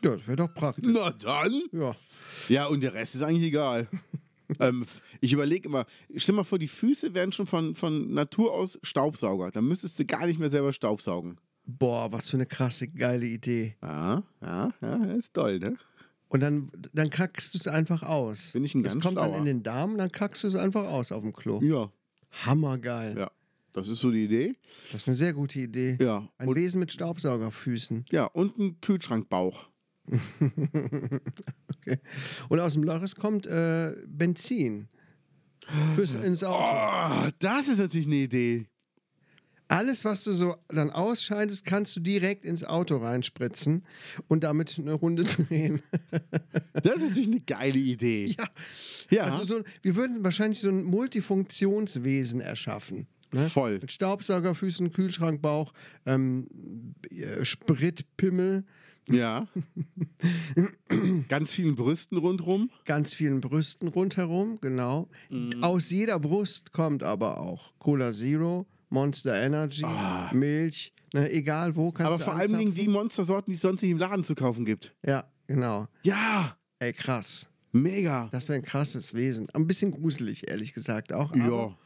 S3: Ja, das wäre doch praktisch.
S2: Na dann.
S3: Ja.
S2: Ja, und der Rest ist eigentlich egal. ähm, ich überlege immer, stell mal vor, die Füße wären schon von, von Natur aus Staubsauger. Dann müsstest du gar nicht mehr selber Staubsaugen.
S3: Boah, was für eine krasse, geile Idee.
S2: Ja, ja, ja, ist toll, ne?
S3: Und dann, dann kackst du es einfach aus.
S2: Bin ich ein
S3: das
S2: ganz
S3: kommt
S2: Schlauer.
S3: dann in den Darm, dann kackst du es einfach aus auf dem Klo.
S2: Ja,
S3: Hammergeil.
S2: ja. Das ist so die Idee.
S3: Das ist eine sehr gute Idee.
S2: Ja.
S3: Ein
S2: Und,
S3: Wesen mit Staubsaugerfüßen.
S2: ja, und ein Kühlschrankbauch.
S3: Okay. Und aus dem Loch es kommt äh, Benzin. Fürs, ins Auto.
S2: Oh, das ist natürlich eine Idee.
S3: Alles, was du so dann ausscheidest, kannst du direkt ins Auto reinspritzen und damit eine Runde drehen.
S2: Das ist natürlich eine geile Idee.
S3: ja.
S2: Ja.
S3: Also so, wir würden wahrscheinlich so ein Multifunktionswesen erschaffen. Ne?
S2: Voll.
S3: Mit Staubsaugerfüßen, Kühlschrankbauch, ähm, äh, Spritpimmel,
S2: Ja. Ganz vielen Brüsten rundrum.
S3: ganz vielen Brüsten rundherum, genau.
S2: Mhm.
S3: Aus jeder Brust kommt aber auch Cola Zero, Monster Energy, Milch, ne, egal wo kannst
S2: Ah. aber
S3: du
S2: vor allen Dingen die
S3: anzapfen.
S2: Monstersorten, die es sonst nicht im Laden zu kaufen gibt.
S3: Ja, genau.
S2: Ja,
S3: Ey, krass.
S2: mega.
S3: Das wäre ein krasses Wesen. Ein bisschen gruselig, ehrlich gesagt auch.
S2: Ja.
S3: Aber,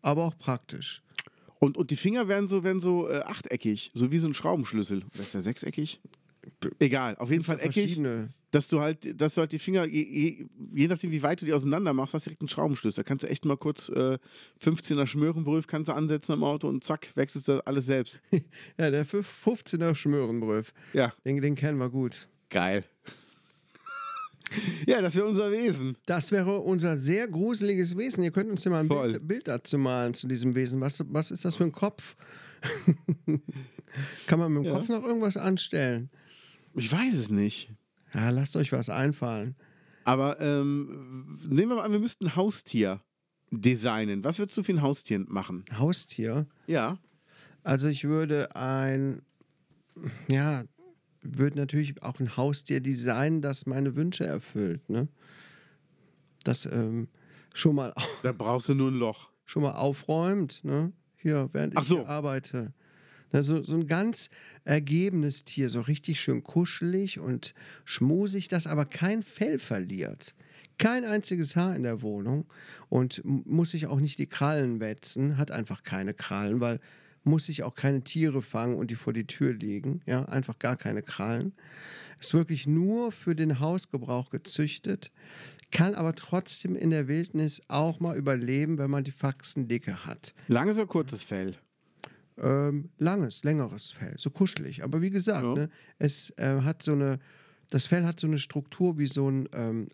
S3: aber auch praktisch.
S2: Und, und die Finger werden so, werden so äh, achteckig, so wie so ein Schraubenschlüssel. Oder ist der sechseckig? Egal, auf jeden Fall eckig,
S3: Verschiedene.
S2: dass du halt, dass du halt die Finger, je, je, je nachdem wie weit du die auseinander machst, hast du direkt einen Schraubenschlüssel. Da kannst du echt mal kurz äh, 15er Schmörenprüf, kannst du ansetzen am Auto und zack, wechselst du alles selbst.
S3: Ja, der 15er Schmörenbröf.
S2: Ja,
S3: Den, den kennen wir gut.
S2: geil. ja, das wäre unser Wesen.
S3: Das wäre unser sehr gruseliges Wesen. Ihr könnt uns ja mal ein
S2: Voll.
S3: Bild, Bild dazu malen zu diesem Wesen. Was, was ist das für ein Kopf? Kann man mit dem
S2: Ja.
S3: Kopf noch irgendwas anstellen?
S2: Ich weiß es nicht.
S3: Ja, lasst euch was einfallen.
S2: Aber ähm, nehmen wir mal an, wir müssten ein Haustier designen. Was würdest du für ein Haustier machen?
S3: Haustier.
S2: Ja.
S3: Also ich würde ein, ja, würde natürlich auch ein Haustier designen, das meine Wünsche erfüllt. Ne? Das ähm, schon mal au-
S2: Da brauchst du nur ein Loch.
S3: schon mal aufräumt, ne? Hier, während
S2: Ach
S3: ich
S2: so.
S3: hier arbeite. Ne, so, so ein ganz ergebenes Tier, so richtig schön kuschelig und schmusig, das aber kein Fell verliert. Kein einziges Haar in der Wohnung und m- muss sich auch nicht die Krallen wetzen, hat einfach keine Krallen, weil muss sich auch keine Tiere fangen und die vor die Tür legen, ja, einfach gar keine Krallen. Ist wirklich nur für den Hausgebrauch gezüchtet, kann aber trotzdem in der Wildnis auch mal überleben, wenn man die Faxen dicke hat.
S2: Langes oder kurzes Fell?
S3: Ähm, langes, längeres Fell, so kuschelig. Aber wie gesagt,
S2: Ja.
S3: ne, es äh, hat so eine, das Fell hat so eine Struktur wie so ein ähm,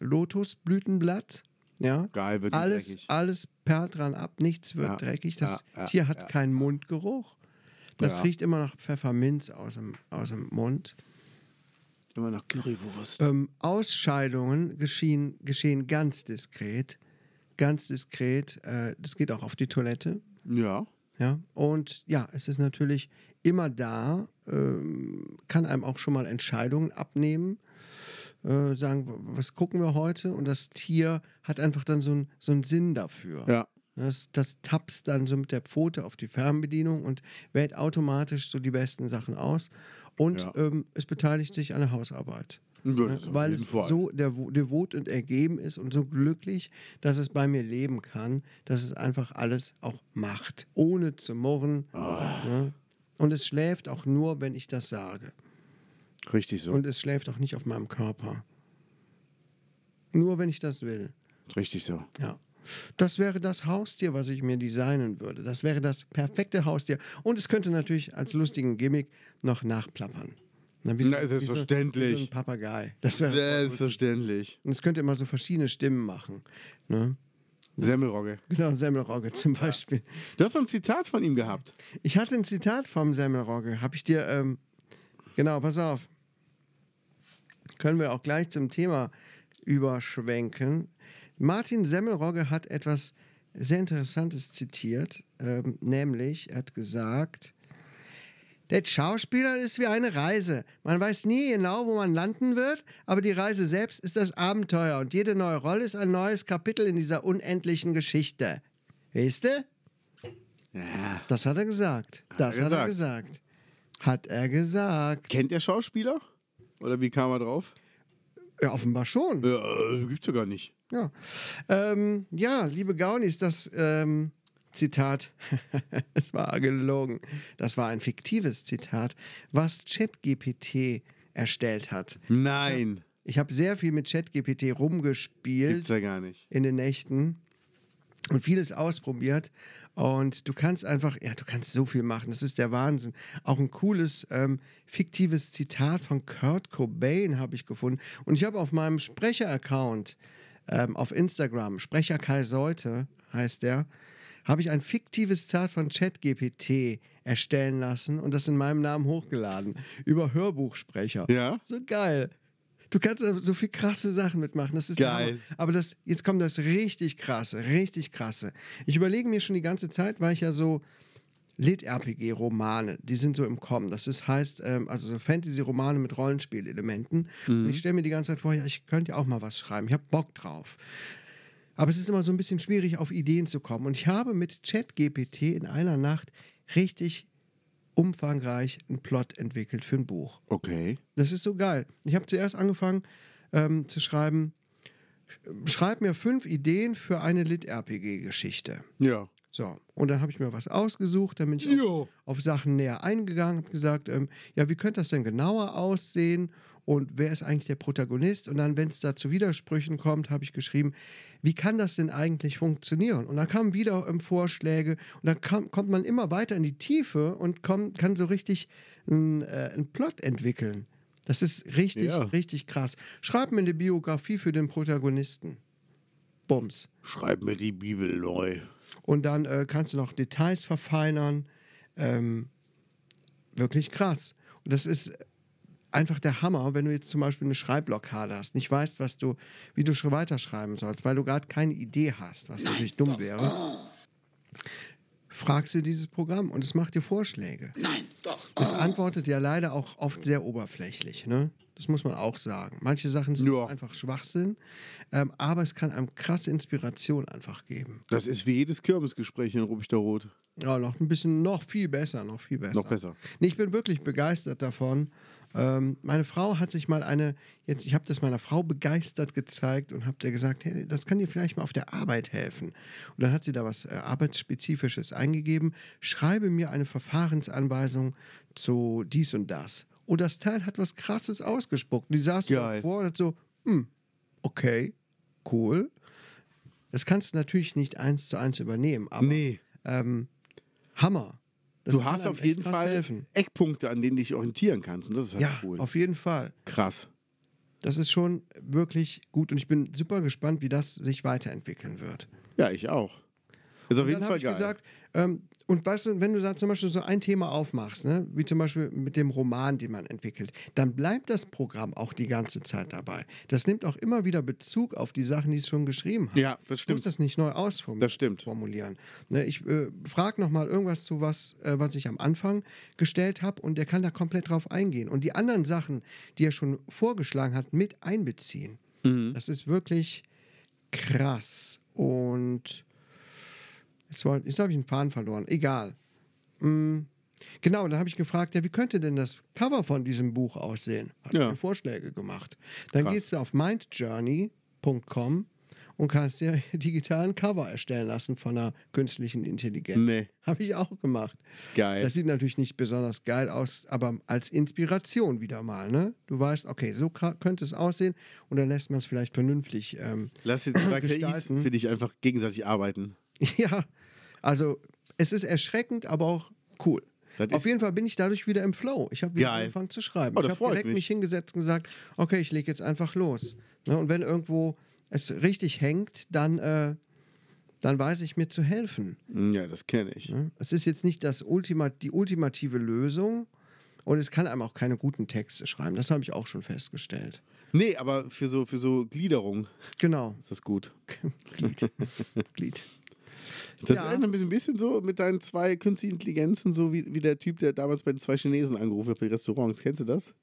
S3: Lotusblütenblatt. Ja,
S2: Geil, wird nicht
S3: alles,
S2: dreckig.
S3: alles perlt dran ab, nichts wird
S2: Ja,
S3: dreckig. Das
S2: ja, ja,
S3: Tier hat
S2: ja.
S3: keinen Mundgeruch. Das
S2: Ja.
S3: riecht immer nach Pfefferminz aus dem, aus dem Mund.
S2: Immer noch Currywurst.
S3: Ähm, Ausscheidungen geschehen, geschehen ganz diskret. Ganz diskret. Äh, das geht auch auf die Toilette.
S2: Ja.
S3: Ja, und ja, es ist natürlich immer da, ähm, kann einem auch schon mal Entscheidungen abnehmen, äh, sagen, w- was gucken wir heute? Und das Tier hat einfach dann so, ein, so einen Sinn dafür.
S2: Ja.
S3: Das, das tappst dann so mit der Pfote auf die Fernbedienung und wählt automatisch so die besten Sachen aus. Und
S2: Ja.
S3: ähm, es beteiligt sich an der Hausarbeit.
S2: Würde
S3: Ne,
S2: es auf
S3: weil
S2: jeden
S3: es
S2: Fall.
S3: so devo- devot und ergeben ist und so glücklich, dass es bei mir leben kann, dass es einfach alles auch macht, ohne zu murren.
S2: Ah.
S3: Ne? Und es schläft auch nur, wenn ich das sage.
S2: Richtig so.
S3: Und es schläft auch nicht auf meinem Körper. Nur wenn ich das will.
S2: Richtig so.
S3: Ja. Das wäre das Haustier, was ich mir designen würde. Das wäre das perfekte Haustier. Und es könnte natürlich als lustigen Gimmick noch nachplappern. Na, wie
S2: Na,
S3: wie Wie
S2: selbstverständlich.
S3: so ein Papagei. Das wäre
S2: Selbstverständlich.
S3: und es könnte immer so verschiedene Stimmen machen. Ne?
S2: Semmelrogge.
S3: Genau, Semmelrogge zum Beispiel.
S2: Du hast doch ein Zitat von ihm gehabt.
S3: Ich hatte ein Zitat vom Semmelrogge. Habe ich dir. Ähm, genau, pass auf. Können wir auch gleich zum Thema überschwenken. Martin Semmelrogge hat etwas sehr Interessantes zitiert, ähm, nämlich er hat gesagt, der Schauspieler ist wie eine Reise. Man weiß nie genau, wo man landen wird, aber die Reise selbst ist das Abenteuer und jede neue Rolle ist ein neues Kapitel in dieser unendlichen Geschichte. Weißt du? Das hat er gesagt. Das
S2: er
S3: hat er gesagt. Hat er gesagt.
S2: Kennt der Schauspieler? Oder wie kam er drauf?
S3: Ja, offenbar schon.
S2: Ja, äh, gibt's ja gar nicht.
S3: Ja, ähm, ja liebe Gaunis, das ähm, Zitat, es war gelogen. Das war ein fiktives Zitat, was ChatGPT erstellt hat.
S2: Nein.
S3: Ich habe sehr viel mit ChatGPT rumgespielt
S2: Gibt's ja gar nicht.
S3: in den Nächten und vieles ausprobiert. Und du kannst einfach, ja, du kannst so viel machen. Das ist der Wahnsinn. Auch ein cooles, ähm, fiktives Zitat von Kurt Cobain habe ich gefunden. Und ich habe auf meinem Sprecher-Account ähm, auf Instagram, Sprecher Kai Seute heißt der, habe ich ein fiktives Zitat von ChatGPT erstellen lassen und das in meinem Namen hochgeladen über Hörbuchsprecher.
S2: Ja.
S3: So geil. Du kannst so viel krasse Sachen mitmachen. Das ist der
S2: Geil.
S3: Hammer. Aber das, jetzt kommt das richtig krasse, richtig krasse. Ich überlege mir schon die ganze Zeit, weil ich ja so Lit-RPG-Romane, die sind so im Kommen. Das ist, heißt, ähm, also so Fantasy-Romane mit Rollenspielelementen. Und
S2: Mhm.
S3: ich stelle mir die ganze Zeit vor, ja, ich könnte ja auch mal was schreiben. Ich habe Bock drauf. Aber es ist immer so ein bisschen schwierig, auf Ideen zu kommen. Und ich habe mit ChatGPT in einer Nacht richtig umfangreich einen Plot entwickelt für ein Buch.
S2: Okay.
S3: Das ist so geil. Ich habe zuerst angefangen ähm, zu schreiben, sch- schreib mir fünf Ideen für eine Lit-RPG-Geschichte.
S2: Ja.
S3: So, und dann habe ich mir was ausgesucht, dann bin ich auf, auf Sachen näher eingegangen, habe gesagt, ähm, ja, wie könnte das denn genauer aussehen und wer ist eigentlich der Protagonist? Und dann, wenn es da zu Widersprüchen kommt, habe ich geschrieben, wie kann das denn eigentlich funktionieren? Und dann kamen wieder ähm, Vorschläge und dann kam, kommt man immer weiter in die Tiefe und kommt, kann so richtig einen äh, einen Plot entwickeln. Das ist richtig,
S2: Ja.
S3: richtig krass. Schreib mir eine Biografie für den Protagonisten. Bums.
S2: Schreib mir die Bibel neu.
S3: Und dann äh, kannst du noch Details verfeinern. Ähm, wirklich krass. Und das ist einfach der Hammer, wenn du jetzt zum Beispiel eine Schreibblockade hast, nicht weißt, was du, wie du schon weiterschreiben sollst, weil du gerade keine Idee hast, was natürlich dumm wäre. fragst du dieses Programm und es macht dir Vorschläge.
S5: Nein, doch.
S3: Es antwortet ja leider auch oft sehr oberflächlich, ne? Das muss man auch sagen. Manche Sachen sind
S2: Ja.
S3: einfach Schwachsinn, ähm, aber es kann einem krasse Inspiration einfach geben.
S2: Das ist wie jedes Kirmesgespräch in Rubik der Rot.
S3: Ja, noch ein bisschen, noch viel besser, noch viel besser.
S2: Noch besser.
S3: Nee, ich bin wirklich begeistert davon. Ähm, meine Frau hat sich mal eine, jetzt, ich habe das meiner Frau begeistert gezeigt und habe der gesagt, hey, das kann dir vielleicht mal auf der Arbeit helfen. Und dann hat sie da was äh, Arbeitsspezifisches eingegeben. Schreibe mir eine Verfahrensanweisung zu dies und das. Und das Teil hat was Krasses ausgespuckt. Und die saß
S2: Geil.
S3: davor und hat so, hm, okay, cool. Das kannst du natürlich nicht eins zu eins übernehmen, aber
S2: Nee.
S3: ähm, Hammer. Das
S2: Du
S3: kann
S2: hast
S3: einem
S2: auf
S3: echt
S2: jeden
S3: krass
S2: Fall
S3: helfen.
S2: Eckpunkte, an denen du dich orientieren kannst. Und das ist halt
S3: Ja,
S2: cool.
S3: auf jeden Fall.
S2: Krass.
S3: Das ist schon wirklich gut und ich bin super gespannt, wie das sich weiterentwickeln wird.
S2: Ja, ich auch. Ist auf
S3: Und
S2: jeden
S3: dann
S2: Fall
S3: ich
S2: Also geil.
S3: gesagt, ähm, und weißt du, wenn du da zum Beispiel so ein Thema aufmachst, ne, wie zum Beispiel mit dem Roman, den man entwickelt, dann bleibt das Programm auch die ganze Zeit dabei. Das nimmt auch immer wieder Bezug auf die Sachen, die es schon geschrieben hat.
S2: ja, das
S3: Ich muss
S2: stimmt.
S3: das nicht neu ausformulieren.
S2: Das stimmt.
S3: formulieren. Ne, ich äh, frage nochmal irgendwas zu was, äh, was ich am Anfang gestellt habe und der kann da komplett drauf eingehen. Und die anderen Sachen, die er schon vorgeschlagen hat, mit einbeziehen.
S2: Mhm.
S3: Das ist wirklich krass. Und jetzt, woll- jetzt habe ich einen Faden verloren. Egal. Mm, Genau, dann habe ich gefragt, ja, wie könnte denn das Cover von diesem Buch aussehen? Hat
S2: Ja.
S3: mir Vorschläge gemacht. Dann
S2: Krass.
S3: gehst du auf mindjourney.com und kannst dir digital ein Cover erstellen lassen von einer künstlichen Intelligenz.
S2: Nee.
S3: Habe ich auch gemacht.
S2: Geil.
S3: Das sieht natürlich nicht besonders geil aus, aber als Inspiration wieder mal. Ne? Du weißt, okay, so ka- könnte es aussehen und dann lässt man es vielleicht vernünftig. Ähm,
S2: Lass jetzt bei KIs,
S3: gestalten.
S2: finde ich, einfach gegenseitig arbeiten.
S3: ja, also es ist erschreckend, aber auch cool.
S2: Das
S3: Auf
S2: ist-
S3: jeden Fall bin ich dadurch wieder im Flow. Ich habe wieder
S2: Geil.
S3: angefangen zu schreiben.
S2: Oh, das
S3: ich habe
S2: freut
S3: direkt
S2: mich.
S3: mich. hingesetzt und gesagt, okay, ich lege jetzt einfach los. Ne? Und wenn irgendwo es richtig hängt, dann, äh, dann weiß ich mir zu helfen.
S2: Ja, das kenne ich.
S3: Ne? Es ist jetzt nicht das Ultima die ultimative Lösung und es kann einem auch keine guten Texte schreiben. Das habe ich auch schon festgestellt.
S2: Nee, aber für so, für so Gliederung
S3: Genau.
S2: ist das gut.
S3: Glied. Glied.
S2: Das
S3: Ja.
S2: erinnert mich ein bisschen so mit deinen zwei künstlichen Intelligenzen, so wie, wie der Typ, der damals bei den zwei Chinesen angerufen hat bei Restaurants. Kennst du das?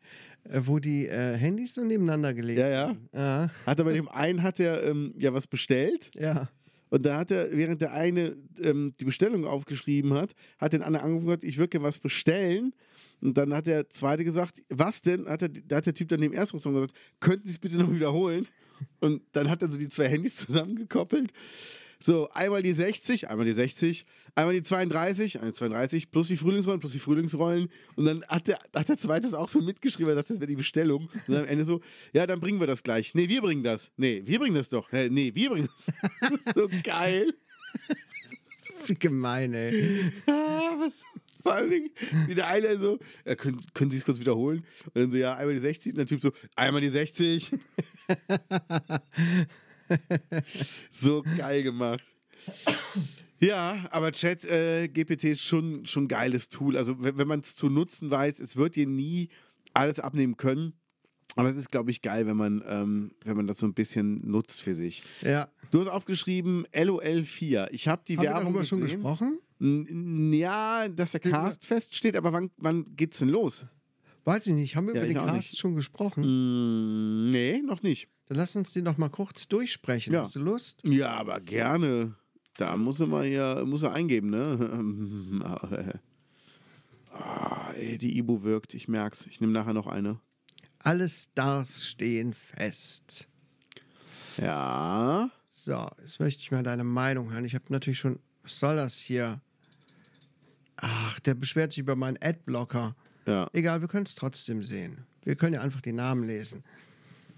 S3: Äh, wo die äh, Handys so nebeneinander gelegt
S2: Ja, ja.
S3: wurden. Ja.
S2: Hat er bei dem einen hat er ähm, ja was bestellt
S3: Ja.
S2: und da hat er, während der eine ähm, die Bestellung aufgeschrieben hat, hat den anderen angerufen und gesagt, ich würde gerne was bestellen. Und dann hat der zweite gesagt, was denn? Hat der, da hat der Typ dann dem ersten Restaurant gesagt, könnten Sie es bitte noch wiederholen? Und dann hat er so die zwei Handys zusammengekoppelt. So, einmal die 60, einmal die 60, einmal die 32, einmal die 32, plus die Frühlingsrollen, plus die Frühlingsrollen. Und dann hat der, hat der zweite das auch so mitgeschrieben, dass das wäre die Bestellung. Und dann am Ende so, ja, dann bringen wir das gleich. Nee, wir bringen das. Nee, wir bringen das doch. Hä, Nee, wir bringen das. so geil.
S3: Wie gemein, ey.
S2: Ah, was? Vor allen Dingen, wie der eine so, ja, können, können Sie es kurz wiederholen? Und dann so, ja, einmal die 60. Und der Typ so, einmal die 60. so geil gemacht. Ja, aber Chat äh, GPT ist schon schon ein geiles Tool. Also wenn, wenn man es zu nutzen weiß, es wird dir nie alles abnehmen können. Aber es ist, glaube ich, geil, wenn man, ähm, wenn man das so ein bisschen nutzt für sich.
S3: Ja.
S2: Du hast aufgeschrieben LOL4. Ich habe die
S3: Haben wir
S2: Werbung
S3: darüber schon
S2: gesehen.
S3: gesprochen?
S2: N- Ja, dass der Cast feststeht, aber wann, wann geht's denn los?
S3: Weiß ich nicht. Haben wir
S2: Ja,
S3: über
S2: ich
S3: den
S2: auch
S3: Cast
S2: nicht. Hm.
S3: schon gesprochen?
S2: Mm, nee, noch nicht.
S3: Dann lass uns den doch mal kurz durchsprechen.
S2: Ja.
S3: Hast du Lust?
S2: Ja, aber gerne. Da muss er mal ja, muss er eingeben, ne? Ah, ey, die Ibu wirkt, ich merk's. Ich nehme nachher noch eine.
S3: Alle Stars stehen fest.
S2: Ja.
S3: So, jetzt möchte ich mal deine Meinung hören. Ich habe natürlich schon. Was soll das hier? Ach, der beschwert sich über meinen Adblocker.
S2: Ja.
S3: Egal, wir können es trotzdem sehen. Wir können ja einfach die Namen lesen.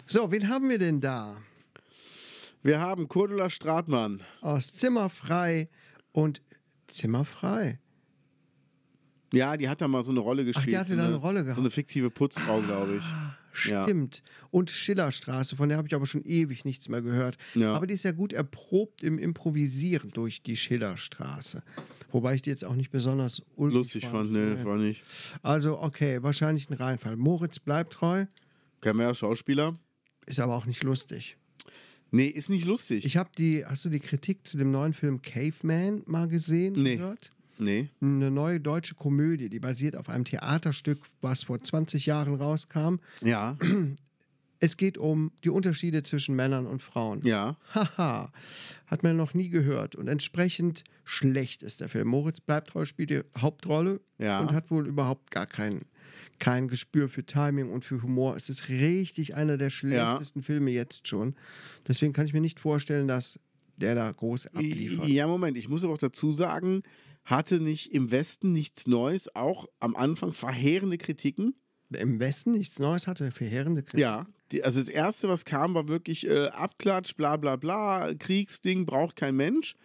S3: So, wen haben wir denn da?
S2: Wir haben Cordula Stratmann.
S3: Aus Zimmerfrei und Zimmerfrei.
S2: Ja, die hat da mal so eine Rolle Ah, gespielt.
S3: hatte
S2: so
S3: da eine Rolle gehabt.
S2: So eine fiktive Putzfrau, glaube ich. Ja.
S3: Stimmt. Und Schillerstraße, von der habe ich aber schon ewig nichts mehr gehört.
S2: Ja.
S3: Aber die ist ja gut erprobt im Improvisieren durch die Schillerstraße. Wobei ich die jetzt auch nicht besonders ulkig
S2: Lustig fand, ne, war nicht.
S3: Also, okay, wahrscheinlich ein Reinfall. Moritz bleibt treu,
S2: Kennen wir ja Schauspieler.
S3: ist aber auch nicht lustig.
S2: Nee, ist nicht lustig.
S3: Ich habe die, hast du die Kritik zu dem neuen Film Caveman mal gesehen?
S2: Nee.
S3: Gehört?
S2: Nee.
S3: Eine neue deutsche Komödie, die basiert auf einem Theaterstück, was vor 20 Jahren rauskam.
S2: Ja.
S3: Es geht um die Unterschiede zwischen Männern und Frauen.
S2: Ja.
S3: Haha, hat man noch nie gehört. Und entsprechend schlecht ist der Film. Moritz Bleibtreu spielt die Hauptrolle
S2: Ja.
S3: und hat wohl überhaupt gar kein, kein Gespür für Timing und für Humor. Es ist richtig einer der schlechtesten Filme jetzt schon. Deswegen kann ich mir nicht vorstellen, dass der da groß abliefert.
S2: Ja, Moment, ich muss aber auch dazu sagen, hatte nicht im Westen nichts Neues, auch am Anfang verheerende Kritiken.
S3: Im Westen nichts Neues hatte, verheerende Kritik.
S2: Ja. Die, also das Erste, was kam, war wirklich äh, Abklatsch, bla bla bla, Kriegsding, braucht kein Mensch.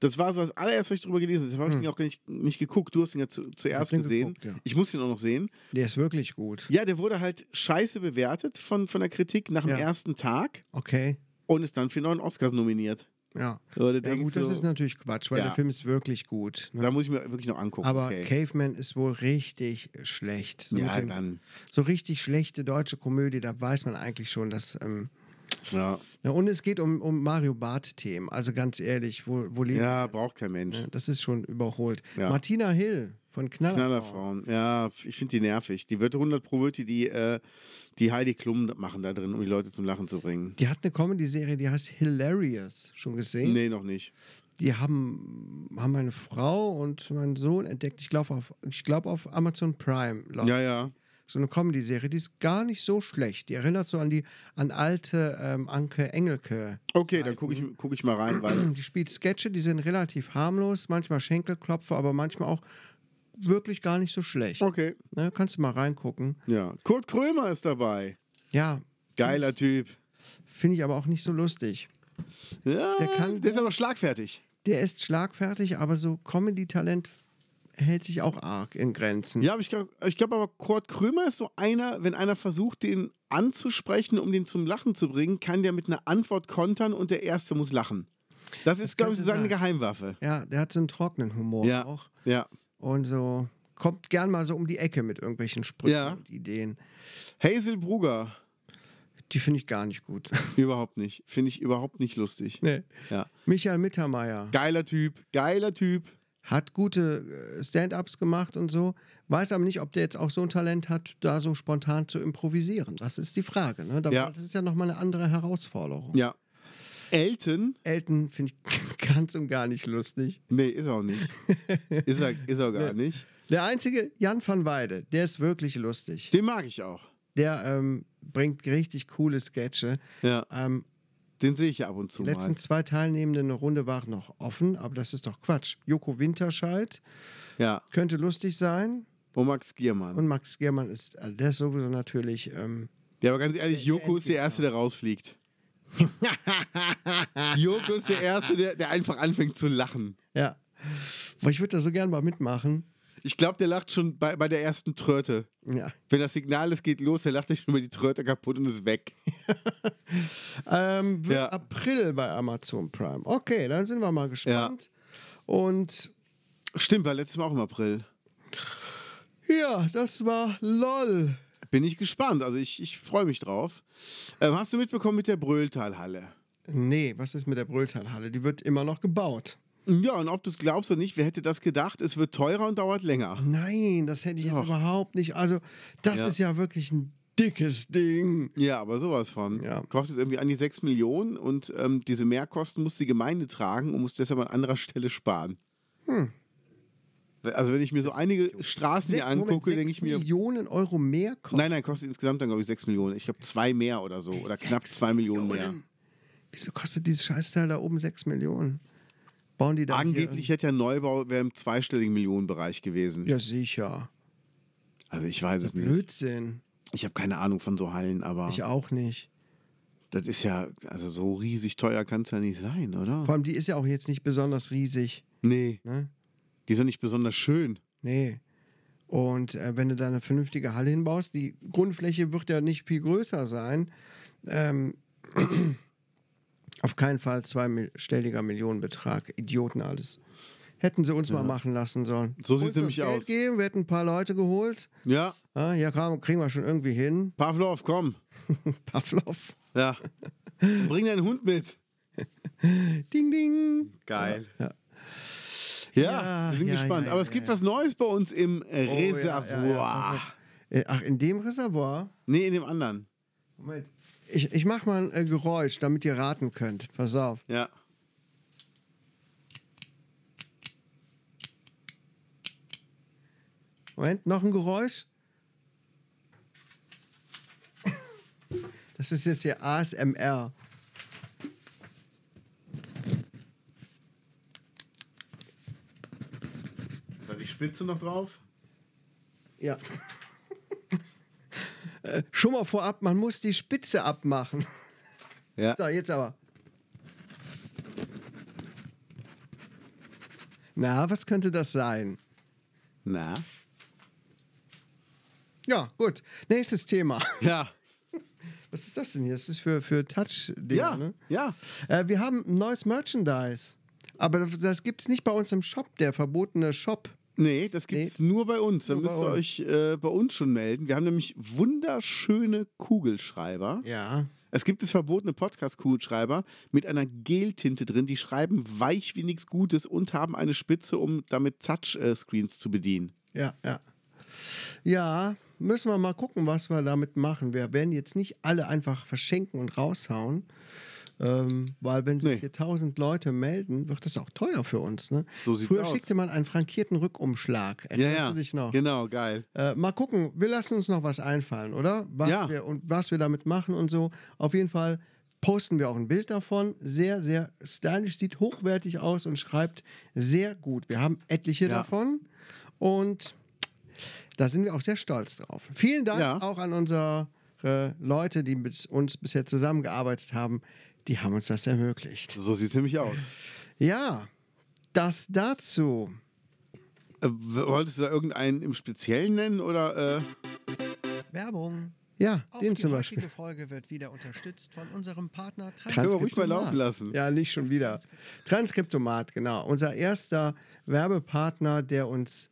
S2: Das war so das allererste, was ich drüber gelesen habe. Das habe ich
S3: Hm.
S2: den auch gar nicht, nicht geguckt. Du hast ihn ja zu,
S3: hab
S2: zuerst
S3: den
S2: gesehen.
S3: geguckt, ja.
S2: Ich muss ihn auch noch sehen.
S3: Der ist wirklich gut.
S2: Ja, der wurde halt scheiße bewertet von, von der Kritik nach dem
S3: Ja.
S2: ersten Tag
S3: Okay.
S2: und ist dann für neun Oscars nominiert.
S3: Ja.
S2: Oder
S3: Ja,
S2: denkst
S3: gut,
S2: du,
S3: das ist natürlich Quatsch, weil
S2: Ja.
S3: der Film ist wirklich gut. Ne?
S2: Da muss ich mir wirklich noch angucken.
S3: Aber
S2: okay.
S3: Caveman ist wohl richtig schlecht. So, mit
S2: ja,
S3: dem,
S2: dann.
S3: so richtig schlechte deutsche Komödie, da weiß man eigentlich schon, dass. Ähm,
S2: Ja,
S3: ja, und es geht um, um Mario Barth-Themen. Also ganz ehrlich, wo, wo leben
S2: Hm. ja braucht kein Mensch.
S3: wir? Das ist schon überholt.
S2: Ja.
S3: Martina Hill von Knallerfrau.
S2: Knallerfrauen. Ja, ich finde die nervig. Die wird 100 pro wird die, die, äh, die Heidi Klum machen da drin, um die Leute zum Lachen zu bringen.
S3: Die hat eine Comedy-Serie, die heißt Hilarious. Schon gesehen?
S2: Nee, noch nicht.
S3: Die haben, haben meine Frau und meinen Sohn entdeckt. Ich glaube auf, ich glaub auf Amazon Prime. läuft
S2: Ja, ja.
S3: so eine Comedy-Serie, die ist gar nicht so schlecht. Die erinnert so an die an alte ähm, Anke Engelke.
S2: Okay, dann gucke ich, guck ich mal rein, weil.
S3: Die spielt Sketche, die sind relativ harmlos, manchmal Schenkelklopfer, aber manchmal auch wirklich gar nicht so schlecht.
S2: Okay.
S3: Ne, kannst du mal reingucken.
S2: Ja. Kurt Krömer ist dabei.
S3: Ja,
S2: Geiler Typ.
S3: finde ich aber auch nicht so lustig.
S2: Ja,
S3: Der kann-
S2: der ist aber schlagfertig.
S3: Der ist schlagfertig, aber so Comedy-Talent hält sich auch arg in Grenzen.
S2: Ja, aber ich glaube ich glaub aber, Kurt Krömer ist so einer, wenn einer versucht, den anzusprechen, um den zum Lachen zu bringen, kann der mit einer Antwort kontern und der Erste muss lachen. Das Oh, ist, glaube
S3: könnte
S2: ich, so seine
S3: sein.
S2: Geheimwaffe.
S3: Ja, der hat so einen trockenen Humor
S2: Ja.
S3: auch.
S2: Ja.
S3: Und so kommt gern mal so um die Ecke mit irgendwelchen Sprüchen
S2: Ja.
S3: und Ideen.
S2: Hazel Brugger,
S3: Die finde ich gar nicht gut.
S2: überhaupt nicht. Finde ich überhaupt nicht lustig.
S3: Nee.
S2: Ja.
S3: Michael Mittermeier
S2: Geiler Typ, geiler Typ.
S3: hat gute äh, Stand-ups gemacht und so, weiß aber nicht, ob der jetzt auch so ein Talent hat, da so spontan zu improvisieren. Das ist die Frage. Ne? Da,
S2: Ja.
S3: Das ist ja nochmal eine andere Herausforderung.
S2: Ja. Elton,
S3: Elton finde ich ganz und gar nicht lustig.
S2: nee, ist er auch nicht. Ist er, ist er gar nicht.
S3: Der einzige, Jan van Weide, der ist wirklich lustig.
S2: Den mag ich auch.
S3: Der ähm, bringt richtig coole Sketche.
S2: Ja,
S3: Ähm,
S2: den sehe ich ja ab und zu
S3: die
S2: mal.
S3: letzten zwei Teilnehmenden in der Runde waren noch offen, aber das ist doch Quatsch. Joko Winterscheid
S2: Ja,
S3: könnte lustig sein.
S2: und Max Giermann.
S3: Und Max Giermann ist, also der ist sowieso natürlich. Ähm,
S2: Ja, aber ganz ehrlich, Joko ist der Erste, der rausfliegt. Joko ist der Erste, der, der einfach anfängt zu lachen.
S3: ja. Aber ich würde da so gern mal mitmachen.
S2: Ich glaube, der lacht schon bei, bei der ersten Tröte.
S3: Ja.
S2: Wenn das Signal ist, geht los, der lacht sich schon über die Tröte kaputt und ist weg.
S3: Ähm, wird
S2: Ja.
S3: April bei Amazon Prime. Okay, dann sind wir mal gespannt. Und
S2: Stimmt, war letztes Mal auch im April.
S3: ja, das war LOL.
S2: Bin ich gespannt. Also ich, ich freue mich drauf. Ähm, hast du mitbekommen mit der Bröhltalhalle?
S3: Nee, was ist mit der Brülltalhalle? Die wird immer noch gebaut.
S2: Ja, und ob du es glaubst oder nicht, wer hätte das gedacht? Es wird teurer und dauert länger.
S3: Nein, das hätte ich jetzt
S2: Doch.
S3: überhaupt nicht. Also, das
S2: Ja.
S3: ist ja wirklich ein dickes Ding.
S2: Ja, aber sowas von.
S3: Ja.
S2: Kostet irgendwie an die 6 Millionen und ähm, diese Mehrkosten muss die Gemeinde tragen und muss deshalb an anderer Stelle sparen. Also wenn ich mir so einige Straßen hier
S3: Hm. Sech- Moment,
S2: angucke,
S3: sechs
S2: denke ich mir...
S3: Millionen Euro mehr kostet.
S2: Nein, nein, kostet insgesamt dann, glaube ich, 6 Millionen. Ich glaube, zwei mehr oder so. Oder knapp 2 Millionen mehr.
S3: Wieso kostet dieses Scheißteil da oben 6 Millionen? Bauen die da
S2: Angeblich hätte ja Neubau wäre im zweistelligen Millionenbereich gewesen.
S3: Hier? Ja, sicher.
S2: Also ich weiß es nicht.
S3: Blödsinn.
S2: Ich habe keine Ahnung von so Hallen, aber
S3: Ich auch nicht.
S2: das ist ja, also so riesig teuer kann es ja nicht sein, oder?
S3: Vor allem, die ist ja auch jetzt nicht besonders riesig.
S2: Nee.
S3: Ne?
S2: Die ist ja nicht besonders schön.
S3: Nee. Und äh, wenn du da eine vernünftige Halle hinbaust, die Grundfläche wird ja nicht viel größer sein. Ähm, auf keinen Fall zweistelliger Millionenbetrag. Idioten alles. Hätten sie uns mal machen lassen sollen.
S2: So sieht's
S3: Uns das
S2: nämlich
S3: Geld
S2: aus.
S3: Geben. Wir hätten ein paar Leute geholt.
S2: Ja,
S3: Ah, ja, komm, kriegen wir schon irgendwie hin.
S2: Pavlov, komm.
S3: Pavlov.
S2: Ja. Bring deinen Hund mit.
S3: Ding, ding.
S2: Geil. Ja,
S3: Ja,
S2: wir sind
S3: ja,
S2: gespannt.
S3: ja,
S2: Aber
S3: ja,
S2: es gibt
S3: ja. Oh,
S2: was Neues bei uns im Reservoir.
S3: ja, ja, ja. Äh, Ach, in dem Reservoir?
S2: Nee, in dem anderen.
S3: Moment. Ich, ich mach mal ein äh, Geräusch, damit ihr raten könnt. Pass auf.
S2: Ja.
S3: Moment, noch ein Geräusch. Das ist jetzt hier ASMR.
S2: Ist da die Spitze noch drauf?
S3: Ja. Äh, Schon mal vorab, man muss die Spitze abmachen.
S2: Ja.
S3: So, jetzt aber. Na, was könnte das sein?
S2: Na?
S3: Ja, gut. Nächstes Thema.
S2: Ja.
S3: Was ist das denn hier? Das ist für, für Touch-Dinger,
S2: Ja.
S3: ne?
S2: Ja.
S3: Äh, wir haben neues Merchandise. Aber das, das gibt es nicht bei uns im Shop, der verbotene Shop.
S2: Nee, das gibt es nur bei uns. Da
S3: Nur bei
S2: müsst ihr euch äh, bei uns schon melden. Wir haben nämlich wunderschöne Kugelschreiber.
S3: Ja.
S2: Es gibt das verbotene Podcast-Kugelschreiber mit einer Geltinte drin. Die schreiben weich wie nichts Gutes und haben eine Spitze, um damit Touchscreens zu bedienen.
S3: Ja, ja. Ja, müssen wir mal gucken, was wir damit machen. Wir werden jetzt nicht alle einfach verschenken und raushauen. Ähm, weil wenn sich
S2: Nee.
S3: hier tausend Leute melden, wird das auch teuer für uns. Ne?
S2: So sieht's
S3: Früher
S2: aus.
S3: schickte man einen frankierten Rückumschlag. Erinnerst du dich noch?
S2: Genau, geil.
S3: Äh, mal gucken, wir lassen uns noch was einfallen, oder? Was
S2: Ja.
S3: wir und was wir damit machen und so. Auf jeden Fall posten wir auch ein Bild davon. Sehr, sehr stylisch, sieht hochwertig aus und schreibt sehr gut. Wir haben etliche
S2: Ja.
S3: davon und da sind wir auch sehr stolz drauf. Vielen Dank
S2: Ja.
S3: auch an unsere Leute, die mit uns bisher zusammengearbeitet haben. Die haben uns das ermöglicht.
S2: So sieht es nämlich aus.
S3: Ja, das dazu.
S2: Äh, w- wolltest du da irgendeinen im Speziellen nennen oder? Äh?
S6: Werbung.
S3: Ja,
S6: Auch
S3: den
S6: die
S3: zum
S6: heutige
S3: Beispiel.
S6: Folge wird wieder unterstützt von unserem Partner
S2: Können
S6: Trans
S2: wir ruhig mal
S3: Transkriptomat.
S2: laufen lassen.
S3: Ja, nicht schon wieder. Transkriptomat, genau. Unser erster Werbepartner, der uns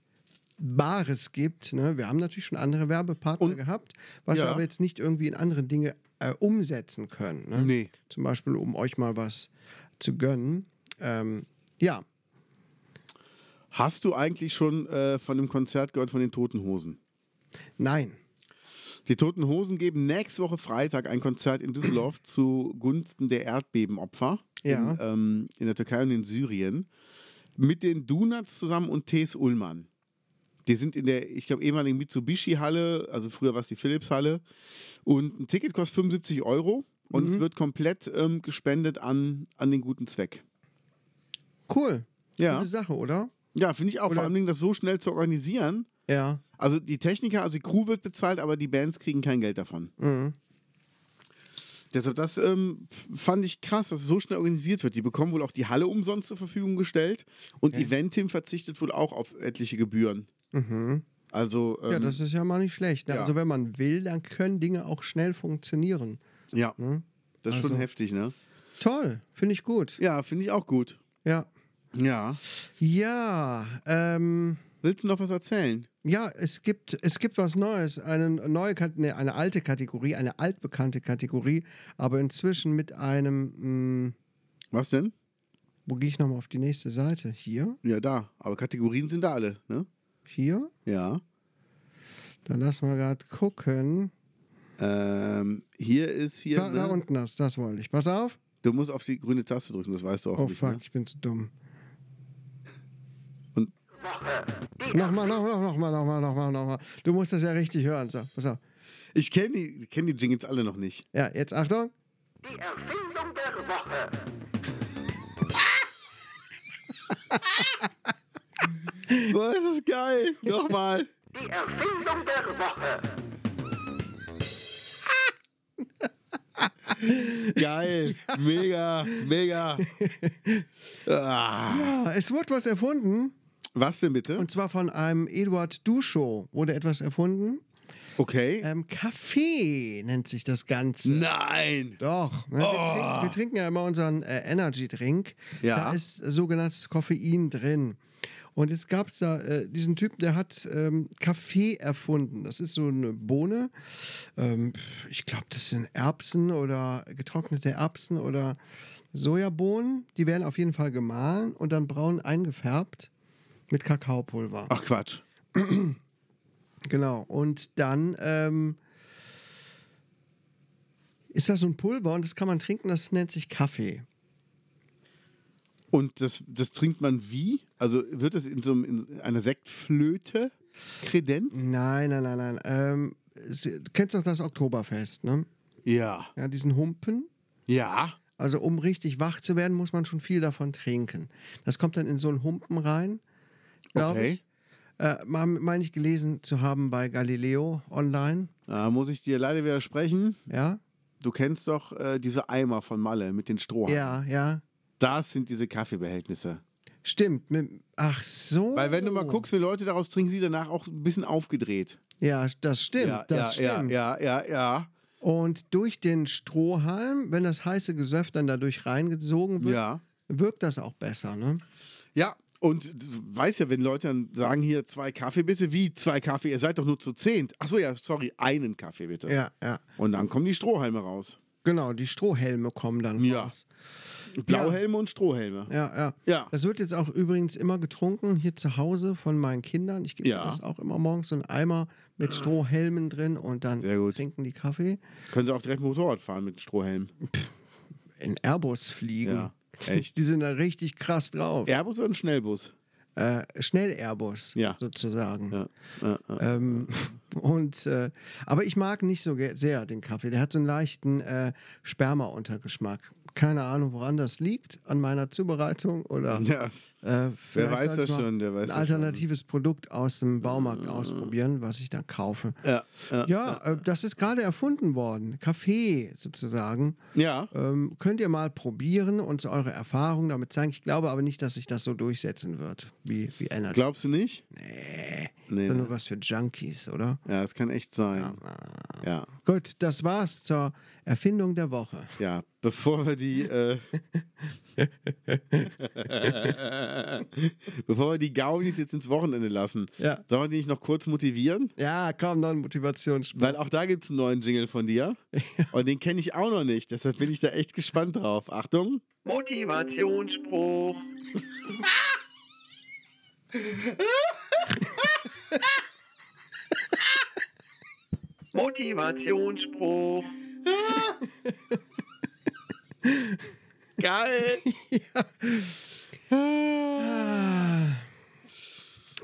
S3: Bares gibt. Ne? Wir haben natürlich schon andere Werbepartner gehabt, was
S2: ja.
S3: wir aber jetzt nicht irgendwie in andere Dinge äh, umsetzen können. Ne?
S2: Nee.
S3: Zum Beispiel, um euch mal was zu gönnen. Ähm, ja,
S2: Hast du eigentlich schon äh, von dem Konzert gehört von den Toten Hosen?
S3: nein.
S2: Die Toten Hosen geben nächste Woche Freitag ein Konzert in Düsseldorf zugunsten der Erdbebenopfer
S3: Ja.
S2: in, ähm, in der Türkei und in Syrien mit den Donuts zusammen und Tees Ullmann. Die sind in der, ich glaube, ehemaligen Mitsubishi-Halle, also früher war es die Philips-Halle. Und ein Ticket kostet 75 Euro und
S3: Mhm.
S2: es wird komplett ähm, gespendet an, an den guten Zweck.
S3: Cool.
S2: Ja.
S3: Gute Sache, oder?
S2: Ja, finde ich auch. Vor
S3: Oder-
S2: allen Dingen, das so schnell zu organisieren.
S3: Ja.
S2: Also die Techniker, also die Crew wird bezahlt, aber die Bands kriegen kein Geld davon.
S3: Mhm.
S2: Deshalb, das ähm, f- fand ich krass, dass es so schnell organisiert wird. Die bekommen wohl auch die Halle umsonst zur Verfügung gestellt und Eventim verzichtet wohl auch auf etliche Gebühren. Also, ähm,
S3: Mhm. Ja, das ist ja mal nicht schlecht. Ne?
S2: ja.
S3: Also wenn man will, dann können Dinge auch schnell funktionieren.
S2: ja, das ist schon
S3: Also-
S2: heftig, ne?
S3: Toll, finde ich gut.
S2: Ja, finde ich auch gut.
S3: Ja.
S2: Ja.
S3: Ja, ähm,
S2: Willst du noch was erzählen?
S3: ja, es gibt, es gibt was Neues, eine neue, Kat- nee, eine alte Kategorie, eine altbekannte Kategorie, aber inzwischen mit einem, mh,
S2: Was denn?
S3: wo gehe ich nochmal auf die nächste Seite? Hier,
S2: Ja, da. Aber Kategorien sind da alle, ne?
S3: hier,
S2: Ja.
S3: dann lass mal gerade gucken.
S2: Ähm, hier ist hier.
S3: da,
S2: ne?
S3: da unten das, das wollte ich. Pass auf.
S2: Du musst auf die grüne Taste drücken, das weißt du auch
S3: Oh
S2: nicht.
S3: fuck,
S2: Ne?
S3: ich bin zu dumm.
S2: Und-
S3: Nochmal, nochmal, nochmal, nochmal, nochmal, nochmal. Du musst das ja richtig hören. So, pass auf.
S2: Ich kenne die, kenn die Jingles alle noch nicht.
S3: Ja, jetzt Achtung.
S5: Die Erfindung der Woche.
S2: Boah, ist das geil. Nochmal.
S5: Die Erfindung der Woche.
S2: Geil. Mega. Mega. Ah.
S3: Ah, Es wurde was erfunden.
S2: Was denn bitte?
S3: Und zwar von einem Eduard Duschow wurde etwas erfunden.
S2: Okay.
S3: Ähm, Kaffee nennt sich das Ganze.
S2: Nein.
S3: Doch. ne, Wir,
S2: Oh.
S3: trinken, wir trinken ja immer unseren äh, Energy-Drink.
S2: Ja.
S3: Da ist sogenanntes Koffein drin. Und jetzt gab es da äh, diesen Typen, der hat ähm, Kaffee erfunden. Das ist so eine Bohne. Ähm, pf, ich glaube, das sind Erbsen oder getrocknete Erbsen oder Sojabohnen. Die werden auf jeden Fall gemahlen und dann braun eingefärbt. Mit Kakaopulver.
S2: Ach Quatsch.
S3: Genau. Und dann ähm, ist das so ein Pulver und das kann man trinken, das nennt sich Kaffee.
S2: Und das, das trinkt man wie? Also wird das in so einem, in einer Sektflöte kredenz?
S3: Nein, nein, nein, nein. Ähm, Sie- du kennst doch das Oktoberfest, ne?
S2: Ja.
S3: Ja, diesen Humpen.
S2: Ja.
S3: Also um richtig wach zu werden, muss man schon viel davon trinken. Das kommt dann in so einen Humpen rein, glaube
S2: Okay.
S3: ich. Äh, mal- Meine ich gelesen zu haben bei Galileo online.
S2: Da muss ich dir leider widersprechen.
S3: Ja,
S2: Du kennst doch äh, diese Eimer von Malle mit den Strohhalmen.
S3: ja, ja.
S2: Das sind diese Kaffeebehältnisse.
S3: Stimmt. Mit, ach so.
S2: Weil wenn du
S3: Oh.
S2: mal guckst, wie Leute daraus trinken, sie danach auch ein bisschen aufgedreht.
S3: Ja, das stimmt. das
S2: ja,
S3: stimmt.
S2: ja, ja, ja, ja.
S3: Und durch den Strohhalm, wenn das heiße Gesöff dann dadurch reingezogen wird,
S2: Ja.
S3: wirkt das auch besser. Ne?
S2: Ja, und du weißt ja, wenn Leute dann sagen, hier zwei Kaffee bitte, wie zwei Kaffee, ihr seid doch nur zu zehnt. Achso, ja, sorry, einen Kaffee bitte.
S3: Ja, ja.
S2: Und dann kommen die Strohhalme raus.
S3: Genau, die Strohhelme kommen dann
S2: Ja.
S3: raus.
S2: Blauhelme und Strohhelme.
S3: Ja, ja.
S2: Ja.
S3: Das wird jetzt auch übrigens immer getrunken hier zu Hause von meinen Kindern. Ich gebe
S2: Ja.
S3: das auch immer morgens so einen Eimer mit Strohhelmen drin und dann
S2: Sehr gut.
S3: trinken die Kaffee.
S2: Können sie auch direkt Motorrad fahren mit Strohhelm.
S3: In Airbus fliegen.
S2: Ja, echt.
S3: Die sind da richtig krass drauf.
S2: Airbus oder ein Schnellbus?
S3: Äh, Schnell Airbus
S2: Ja.
S3: sozusagen.
S2: Ja. Ja, ja.
S3: Ähm, und äh, aber ich mag nicht so ge- sehr den Kaffee. Der hat so einen leichten äh, Sperma-Untergeschmack. Keine Ahnung, woran das liegt, an meiner Zubereitung oder
S2: ja.
S3: äh, vielleicht
S2: weiß
S3: sollte
S2: das
S3: man
S2: schon, der weiß
S3: ein
S2: das
S3: alternatives Produkt aus dem Baumarkt ausprobieren, was ich dann kaufe.
S2: Ja,
S3: ja, äh, das ist gerade erfunden worden. Kaffee sozusagen.
S2: ja.
S3: Ähm, könnt ihr mal probieren und so eure Erfahrungen damit zeigen. Ich glaube aber nicht, dass sich das so durchsetzen wird, wie, wie Energy.
S2: Glaubst du nicht? Nee. nee,
S3: Sondern
S2: nee.
S3: nur was für Junkies, oder?
S2: Ja, das kann echt sein. Ja.
S3: Gut, das war's zur Erfindung der Woche.
S2: Ja, bevor wir die äh, bevor wir die Gaunis jetzt ins Wochenende lassen,
S3: Ja.
S2: sollen wir die nicht noch kurz motivieren?
S3: Ja, komm, noch ein Motivationsspiel.
S2: Weil auch da gibt es einen neuen Jingle von dir. Und den kenne ich auch noch nicht. Deshalb bin ich da echt gespannt drauf. Achtung.
S7: Motivationsspruch. Motivationsspruch.
S2: Geil.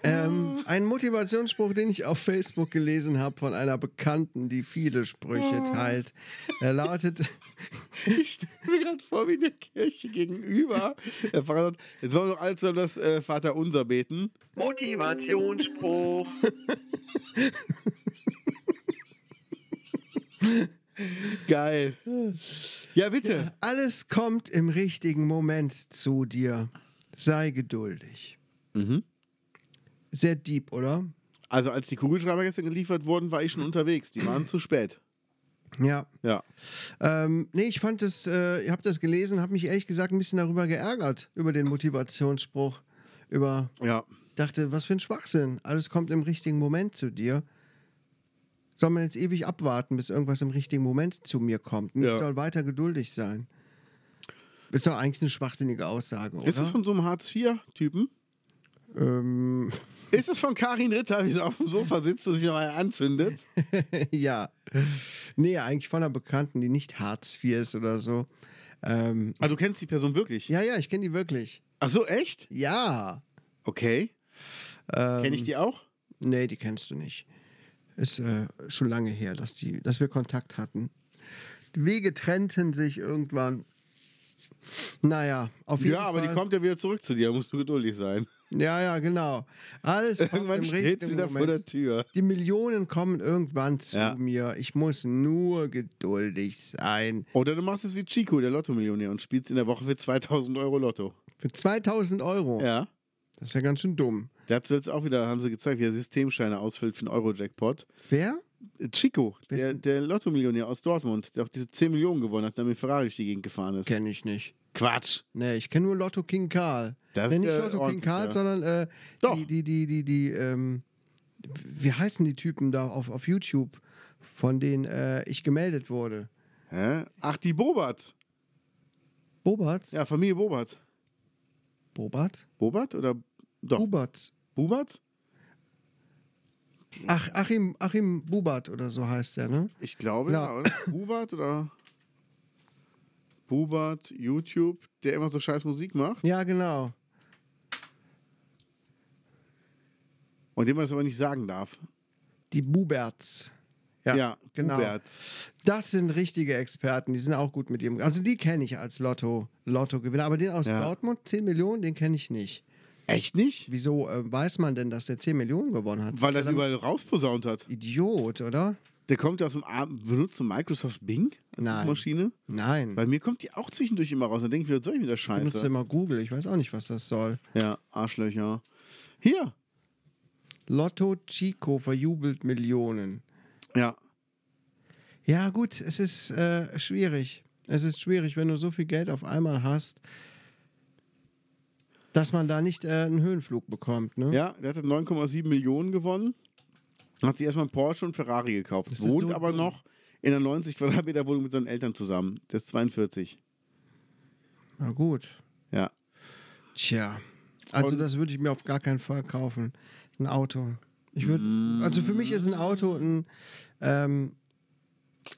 S3: Ähm, ein Motivationsspruch, den ich auf Facebook gelesen habe von einer Bekannten, die viele Sprüche teilt. Er lautet,
S2: Ich stelle mir gerade vor, wie in der Kirche gegenüber. Der Pfarrer sagt, jetzt wollen wir doch alle zusammen das äh, Vater unser beten.
S7: Motivationsspruch.
S2: Geil. Ja, bitte.
S3: alles kommt im richtigen Moment zu dir. Sei geduldig.
S2: Mhm.
S3: Sehr deep, oder?
S2: Also als die Kugelschreiber gestern geliefert wurden, war ich schon unterwegs. Die waren zu spät.
S3: Ja.
S2: Ja.
S3: Ähm, nee, ich fand es, äh, ich habe das gelesen, habe mich ehrlich gesagt ein bisschen darüber geärgert, über den Motivationsspruch. Über,
S2: Ja.
S3: dachte, was für ein Schwachsinn. Alles kommt im richtigen Moment zu dir. Soll man jetzt ewig abwarten, bis irgendwas im richtigen Moment zu mir kommt? Und
S2: Ja.
S3: Ich soll weiter geduldig sein. Ist doch eigentlich eine schwachsinnige Aussage, oder?
S2: Ist es von so einem Hartz-IV-Typen?
S3: ähm,
S2: Ist es von Karin Ritter, wie sie auf dem Sofa sitzt und sich noch eine anzündet?
S3: ja. Nee, eigentlich von einer Bekannten, die nicht Hartz IV ist oder so. Ähm,
S2: Ah, du kennst die Person wirklich?
S3: ja, ja, ich kenne die wirklich.
S2: Ach so, echt?
S3: Ja.
S2: Okay.
S3: Ähm,
S2: Kenne ich die auch?
S3: Nee, die kennst du nicht. Ist äh, schon lange her, dass, die, dass wir Kontakt hatten. Die Wege trennten sich irgendwann. Naja, auf jeden
S2: Ja,
S3: Fall.
S2: aber die kommt ja wieder zurück zu dir. Da musst du geduldig sein.
S3: Ja, ja, genau. Alles kommt
S2: Irgendwann
S3: im
S2: steht sie
S3: richtigen
S2: da vor der
S3: Moment.
S2: Tür.
S3: Die Millionen kommen irgendwann zu
S2: Ja.
S3: mir. Ich muss nur geduldig sein.
S2: Oder du machst es wie Chico, der Lotto-Millionär, und spielst in der Woche für 2000 Euro Lotto.
S3: Für 2000 Euro.
S2: Ja.
S3: Das ist ja ganz schön dumm.
S2: Dazu jetzt auch wieder, haben sie gezeigt, wie er Systemscheine ausfüllt für den Euro-Jackpot.
S3: Wer?
S2: Äh, Chico,
S3: Wer ist
S2: der, der Lotto-Millionär aus Dortmund, der auch diese 10 Millionen gewonnen hat, damit Ferrari durch die Gegend gefahren ist.
S3: Kenne ich nicht.
S2: Quatsch.
S3: Nee, ich kenne nur Lotto King Karl.
S2: Das
S3: nee,
S2: ist
S3: nicht
S2: ja
S3: Lotto King
S2: ordentlich,
S3: Karl,
S2: ja.
S3: sondern äh,
S2: Doch.
S3: die, die, die, die, die, ähm, wie heißen die Typen da auf, auf YouTube, von denen äh, ich gemeldet wurde?
S2: Hä? Ach, die Boberts.
S3: Bobart?
S2: Ja, Familie Bobert.
S3: Bobart?
S2: Bobert oder Doch.
S3: Buberts.
S2: Buberts?
S3: Ach, Achim, Achim Bubert oder so heißt der, ne?
S2: Ich glaube,
S3: Ja.
S2: ja, oder? Bubert oder Bubert, YouTube, der immer so scheiß Musik macht
S3: Ja, genau.
S2: und dem man das aber nicht sagen darf.
S3: Die Buberts. Ja, genau.
S2: Bubert.
S3: Das sind richtige Experten, die sind auch gut mit ihrem. Also die kenne ich als Lotto, Lotto-Gewinner, aber den aus
S2: Ja.
S3: Dortmund, 10 Millionen, den kenne ich nicht.
S2: Echt nicht?
S3: Wieso äh, weiß man denn, dass der 10 Millionen gewonnen hat?
S2: Weil das überall rausposaunt hat.
S3: Idiot, oder?
S2: Der kommt ja aus dem Ar- benutzt du Microsoft Bing als
S3: Nein.
S2: Suchmaschine?
S3: Nein.
S2: Bei mir kommt die auch zwischendurch immer raus. Dann denke ich mir, was soll ich mit der
S3: ich benutze
S2: Scheiße?
S3: immer Google, ich weiß auch nicht, was das soll.
S2: Ja, Arschlöcher. Hier.
S3: Lotto Chico verjubelt Millionen.
S2: Ja.
S3: Ja, gut, es ist äh, schwierig. Es ist schwierig, wenn du so viel Geld auf einmal hast, dass man da nicht äh, einen Höhenflug bekommt. Ne?
S2: Ja, der hat jetzt 9,7 Millionen gewonnen. Hat sich erstmal einen Porsche und Ferrari gekauft.
S3: Das ist
S2: wohnt
S3: so
S2: aber
S3: dumm.
S2: noch in einer 90 Quadratmeter Wohnung mit seinen Eltern zusammen. Der ist 42.
S3: Na gut.
S2: Ja.
S3: Tja. Also,
S2: Und-
S3: das würde ich mir auf gar keinen Fall kaufen. Ein Auto. Ich würde, also für mich ist ein Auto ein, ähm,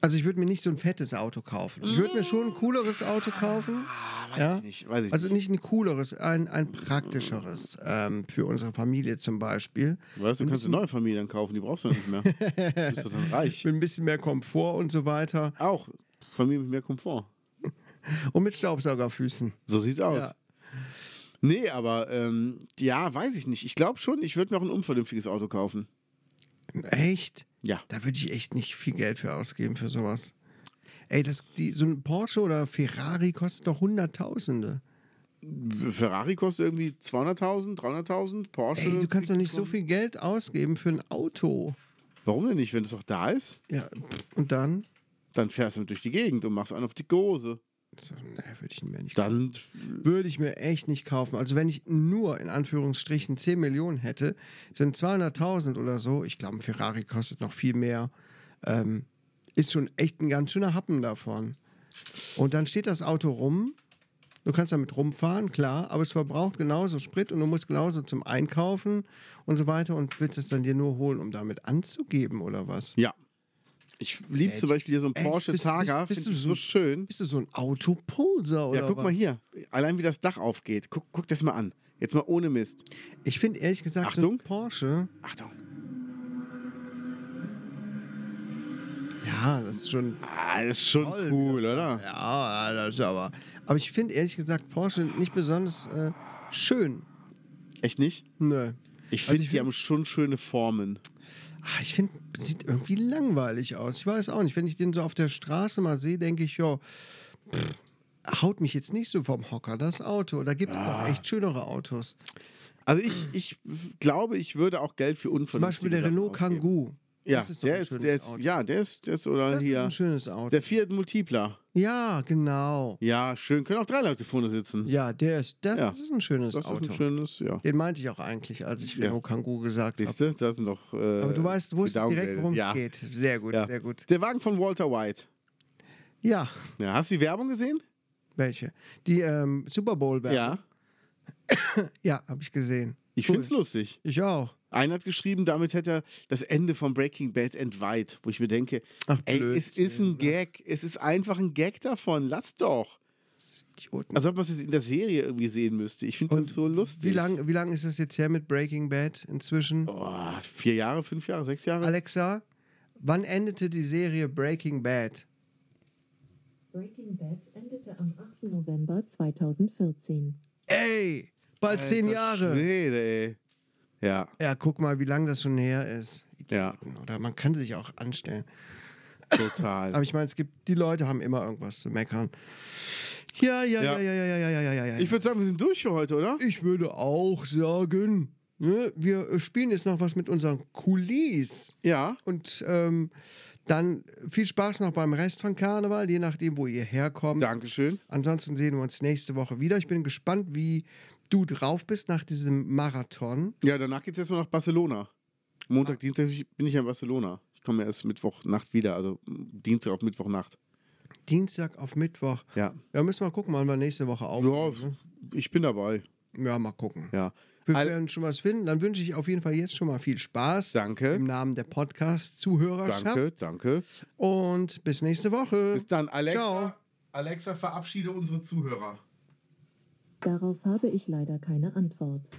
S3: also ich würde mir nicht so ein fettes Auto kaufen. Ich würde mir schon ein cooleres Auto kaufen. ja?
S2: Ich nicht, Ah, weiß ich
S3: Also
S2: nicht.
S3: nicht ein cooleres, ein, ein praktischeres ähm, für unsere Familie zum Beispiel.
S2: Weißt du, du kannst eine neue Familie dann kaufen, die brauchst du dann nicht mehr. du bist doch dann reich.
S3: Mit ein bisschen mehr Komfort und so weiter.
S2: Auch. Familie mit mehr Komfort.
S3: Und mit Staubsaugerfüßen.
S2: So sieht's aus.
S3: Ja.
S2: Nee, aber ähm, ja, weiß ich nicht. Ich glaube schon, ich würde mir auch ein unvernünftiges Auto kaufen.
S3: Echt?
S2: Ja.
S3: Da würde ich echt nicht viel Geld für ausgeben für sowas. Ey, das, die, so ein Porsche oder Ferrari kostet doch Hunderttausende.
S2: Ferrari kostet irgendwie 200.000, 300.000, Porsche.
S3: Ey, du kannst doch nicht so viel Geld ausgeben für ein Auto.
S2: Warum denn nicht? Wenn es doch da ist,
S3: Ja, pff, und dann?
S2: dann fährst du mit durch die Gegend und machst einen auf die Gose.
S3: So, nee, würde ich mir nicht
S2: Dann
S3: Würde ich mir echt nicht kaufen. Also wenn ich nur in Anführungsstrichen 10 Millionen hätte, sind 200.000 oder so. Ich glaube, ein Ferrari kostet noch viel mehr. Ähm, ist schon echt ein ganz schöner Happen davon. Und dann steht das Auto rum. Du kannst damit rumfahren, klar, aber es verbraucht genauso Sprit und du musst genauso zum Einkaufen und so weiter und willst es dann dir nur holen, um damit anzugeben oder was?
S2: ja. Ich liebe
S3: Echt?
S2: zum Beispiel hier so einen
S3: Echt?
S2: Porsche
S3: Bist-
S2: Targa,
S3: bist- bist
S2: finde
S3: du
S2: ich
S3: so-
S2: so schön.
S3: Bist du so ein Autoposer oder
S2: Ja, guck
S3: was?
S2: mal hier. Allein wie das Dach aufgeht. Guck, guck das mal an. Jetzt mal ohne Mist.
S3: Ich finde ehrlich gesagt, so ein
S2: Achtung.
S3: Porsche,
S2: Achtung.
S3: ja, das ist schon
S2: Ah, das ist schon
S3: Toll,
S2: cool, oder?
S3: Ja, das ist aber. Aber ich finde ehrlich gesagt Porsche nicht besonders äh, schön.
S2: Echt nicht?
S3: Nö.
S2: Ich
S3: Also
S2: finde,
S3: ich
S2: die
S3: find-
S2: haben schon schöne Formen.
S3: Ah, Ich finde, sieht irgendwie langweilig aus. Ich weiß auch nicht. Wenn ich den so auf der Straße mal sehe, denke ich, ja, pff, haut mich jetzt nicht so vom Hocker das Auto. Da gibt es
S2: Ah.
S3: doch echt schönere Autos.
S2: Also ich, ich glaube, ich würde auch Geld für
S3: Zum
S2: unvernünftige
S3: Beispiel der
S2: Sachen
S3: Renault
S2: ausgeben.
S3: Kangoo.
S2: Ja,
S3: Das ist doch
S2: der
S3: ein
S2: ist,
S3: schönes
S2: der ist,
S3: Auto.
S2: ja, der ist, der ist, oder
S3: Das ist
S2: hier.
S3: ein schönes Auto.
S2: der Fiat Multipla.
S3: Ja, genau.
S2: Ja, schön. Können auch drei Leute vorne sitzen.
S3: Ja, der ist, das
S2: Ja.
S3: ist ein schönes
S2: das
S3: Auto.
S2: ist ein schönes, ja.
S3: den meinte ich auch eigentlich, als ich
S2: Ja.
S3: Renault Kangoo gesagt habe.
S2: Siehst du, da sind doch. Äh,
S3: Aber du weißt, wusstest direkt,
S2: gedowngradet.
S3: worum es
S2: ja.
S3: geht. Sehr gut,
S2: Ja.
S3: sehr gut.
S2: Der Wagen von Walter White.
S3: Ja,
S2: Ja, hast du die Werbung gesehen?
S3: welche? Die ähm, Super Bowl Werbung.
S2: Ja.
S3: Ja, habe ich gesehen.
S2: Ich
S3: Cool.
S2: find's lustig.
S3: Ich auch.
S2: Einer hat geschrieben, damit hätte er das Ende von Breaking Bad entweiht, wo ich mir denke,
S3: Ach,
S2: ey, es ist
S3: Blödsinn, ne?
S2: ein Gag, es ist einfach ein Gag davon, lass doch.
S3: Idioten.
S2: Also ob man es jetzt in der Serie irgendwie sehen müsste. Ich finde
S3: Und
S2: das so lustig.
S3: wie lange wie lang ist das jetzt her mit Breaking Bad inzwischen?
S2: Oh, vier Jahre, fünf Jahre, sechs Jahre?
S3: Alexa, wann endete die Serie Breaking Bad?
S8: Breaking Bad endete am 8. November 2014.
S3: Ey, bald zehn Jahre.
S2: Schwede, ey. Ja,
S3: Ja, guck mal, wie lange das schon her ist.
S2: ja,
S3: Oder man kann sich auch anstellen. Aber
S2: total.
S3: ich meine, es gibt, die Leute haben immer irgendwas zu meckern. Ja, ja, ja,
S2: Ja.
S3: ja, ja, ja, ja, ja, ja, ja. ja.
S2: Ich würde sagen, wir sind durch für heute, oder?
S3: Ich würde auch sagen, ne, wir spielen jetzt noch was mit unseren Kulis.
S2: Ja.
S3: Und ähm, dann viel Spaß noch beim Rest von Karneval, je nachdem, wo ihr herkommt.
S2: Dankeschön.
S3: Ansonsten sehen wir uns nächste Woche wieder. Ich bin gespannt, wie du drauf bist nach diesem Marathon.
S2: Ja, danach geht es erstmal nach Barcelona.
S3: Ah.
S2: Montag, Dienstag bin ich ja in Barcelona. Ich komme erst Mittwochnacht wieder, also m, Dienstag auf Mittwochnacht.
S3: Dienstag auf Mittwoch.
S2: Ja.
S3: Ja, müssen wir gucken, wann wir nächste Woche
S2: Ja,
S3: aufnehmen.
S2: ich bin dabei.
S3: Ja, ja mal gucken.
S2: Ja.
S3: Wir
S2: Al-
S3: werden schon was finden. Dann wünsche ich auf jeden Fall jetzt schon mal viel Spaß.
S2: Danke.
S3: Im Namen der Podcast-Zuhörerschaft.
S2: Danke, danke.
S3: Und bis nächste Woche.
S2: Bis dann, Alexa.
S3: Ciao.
S2: Alexa, verabschiede unsere Zuhörer.
S8: Darauf habe ich leider keine Antwort.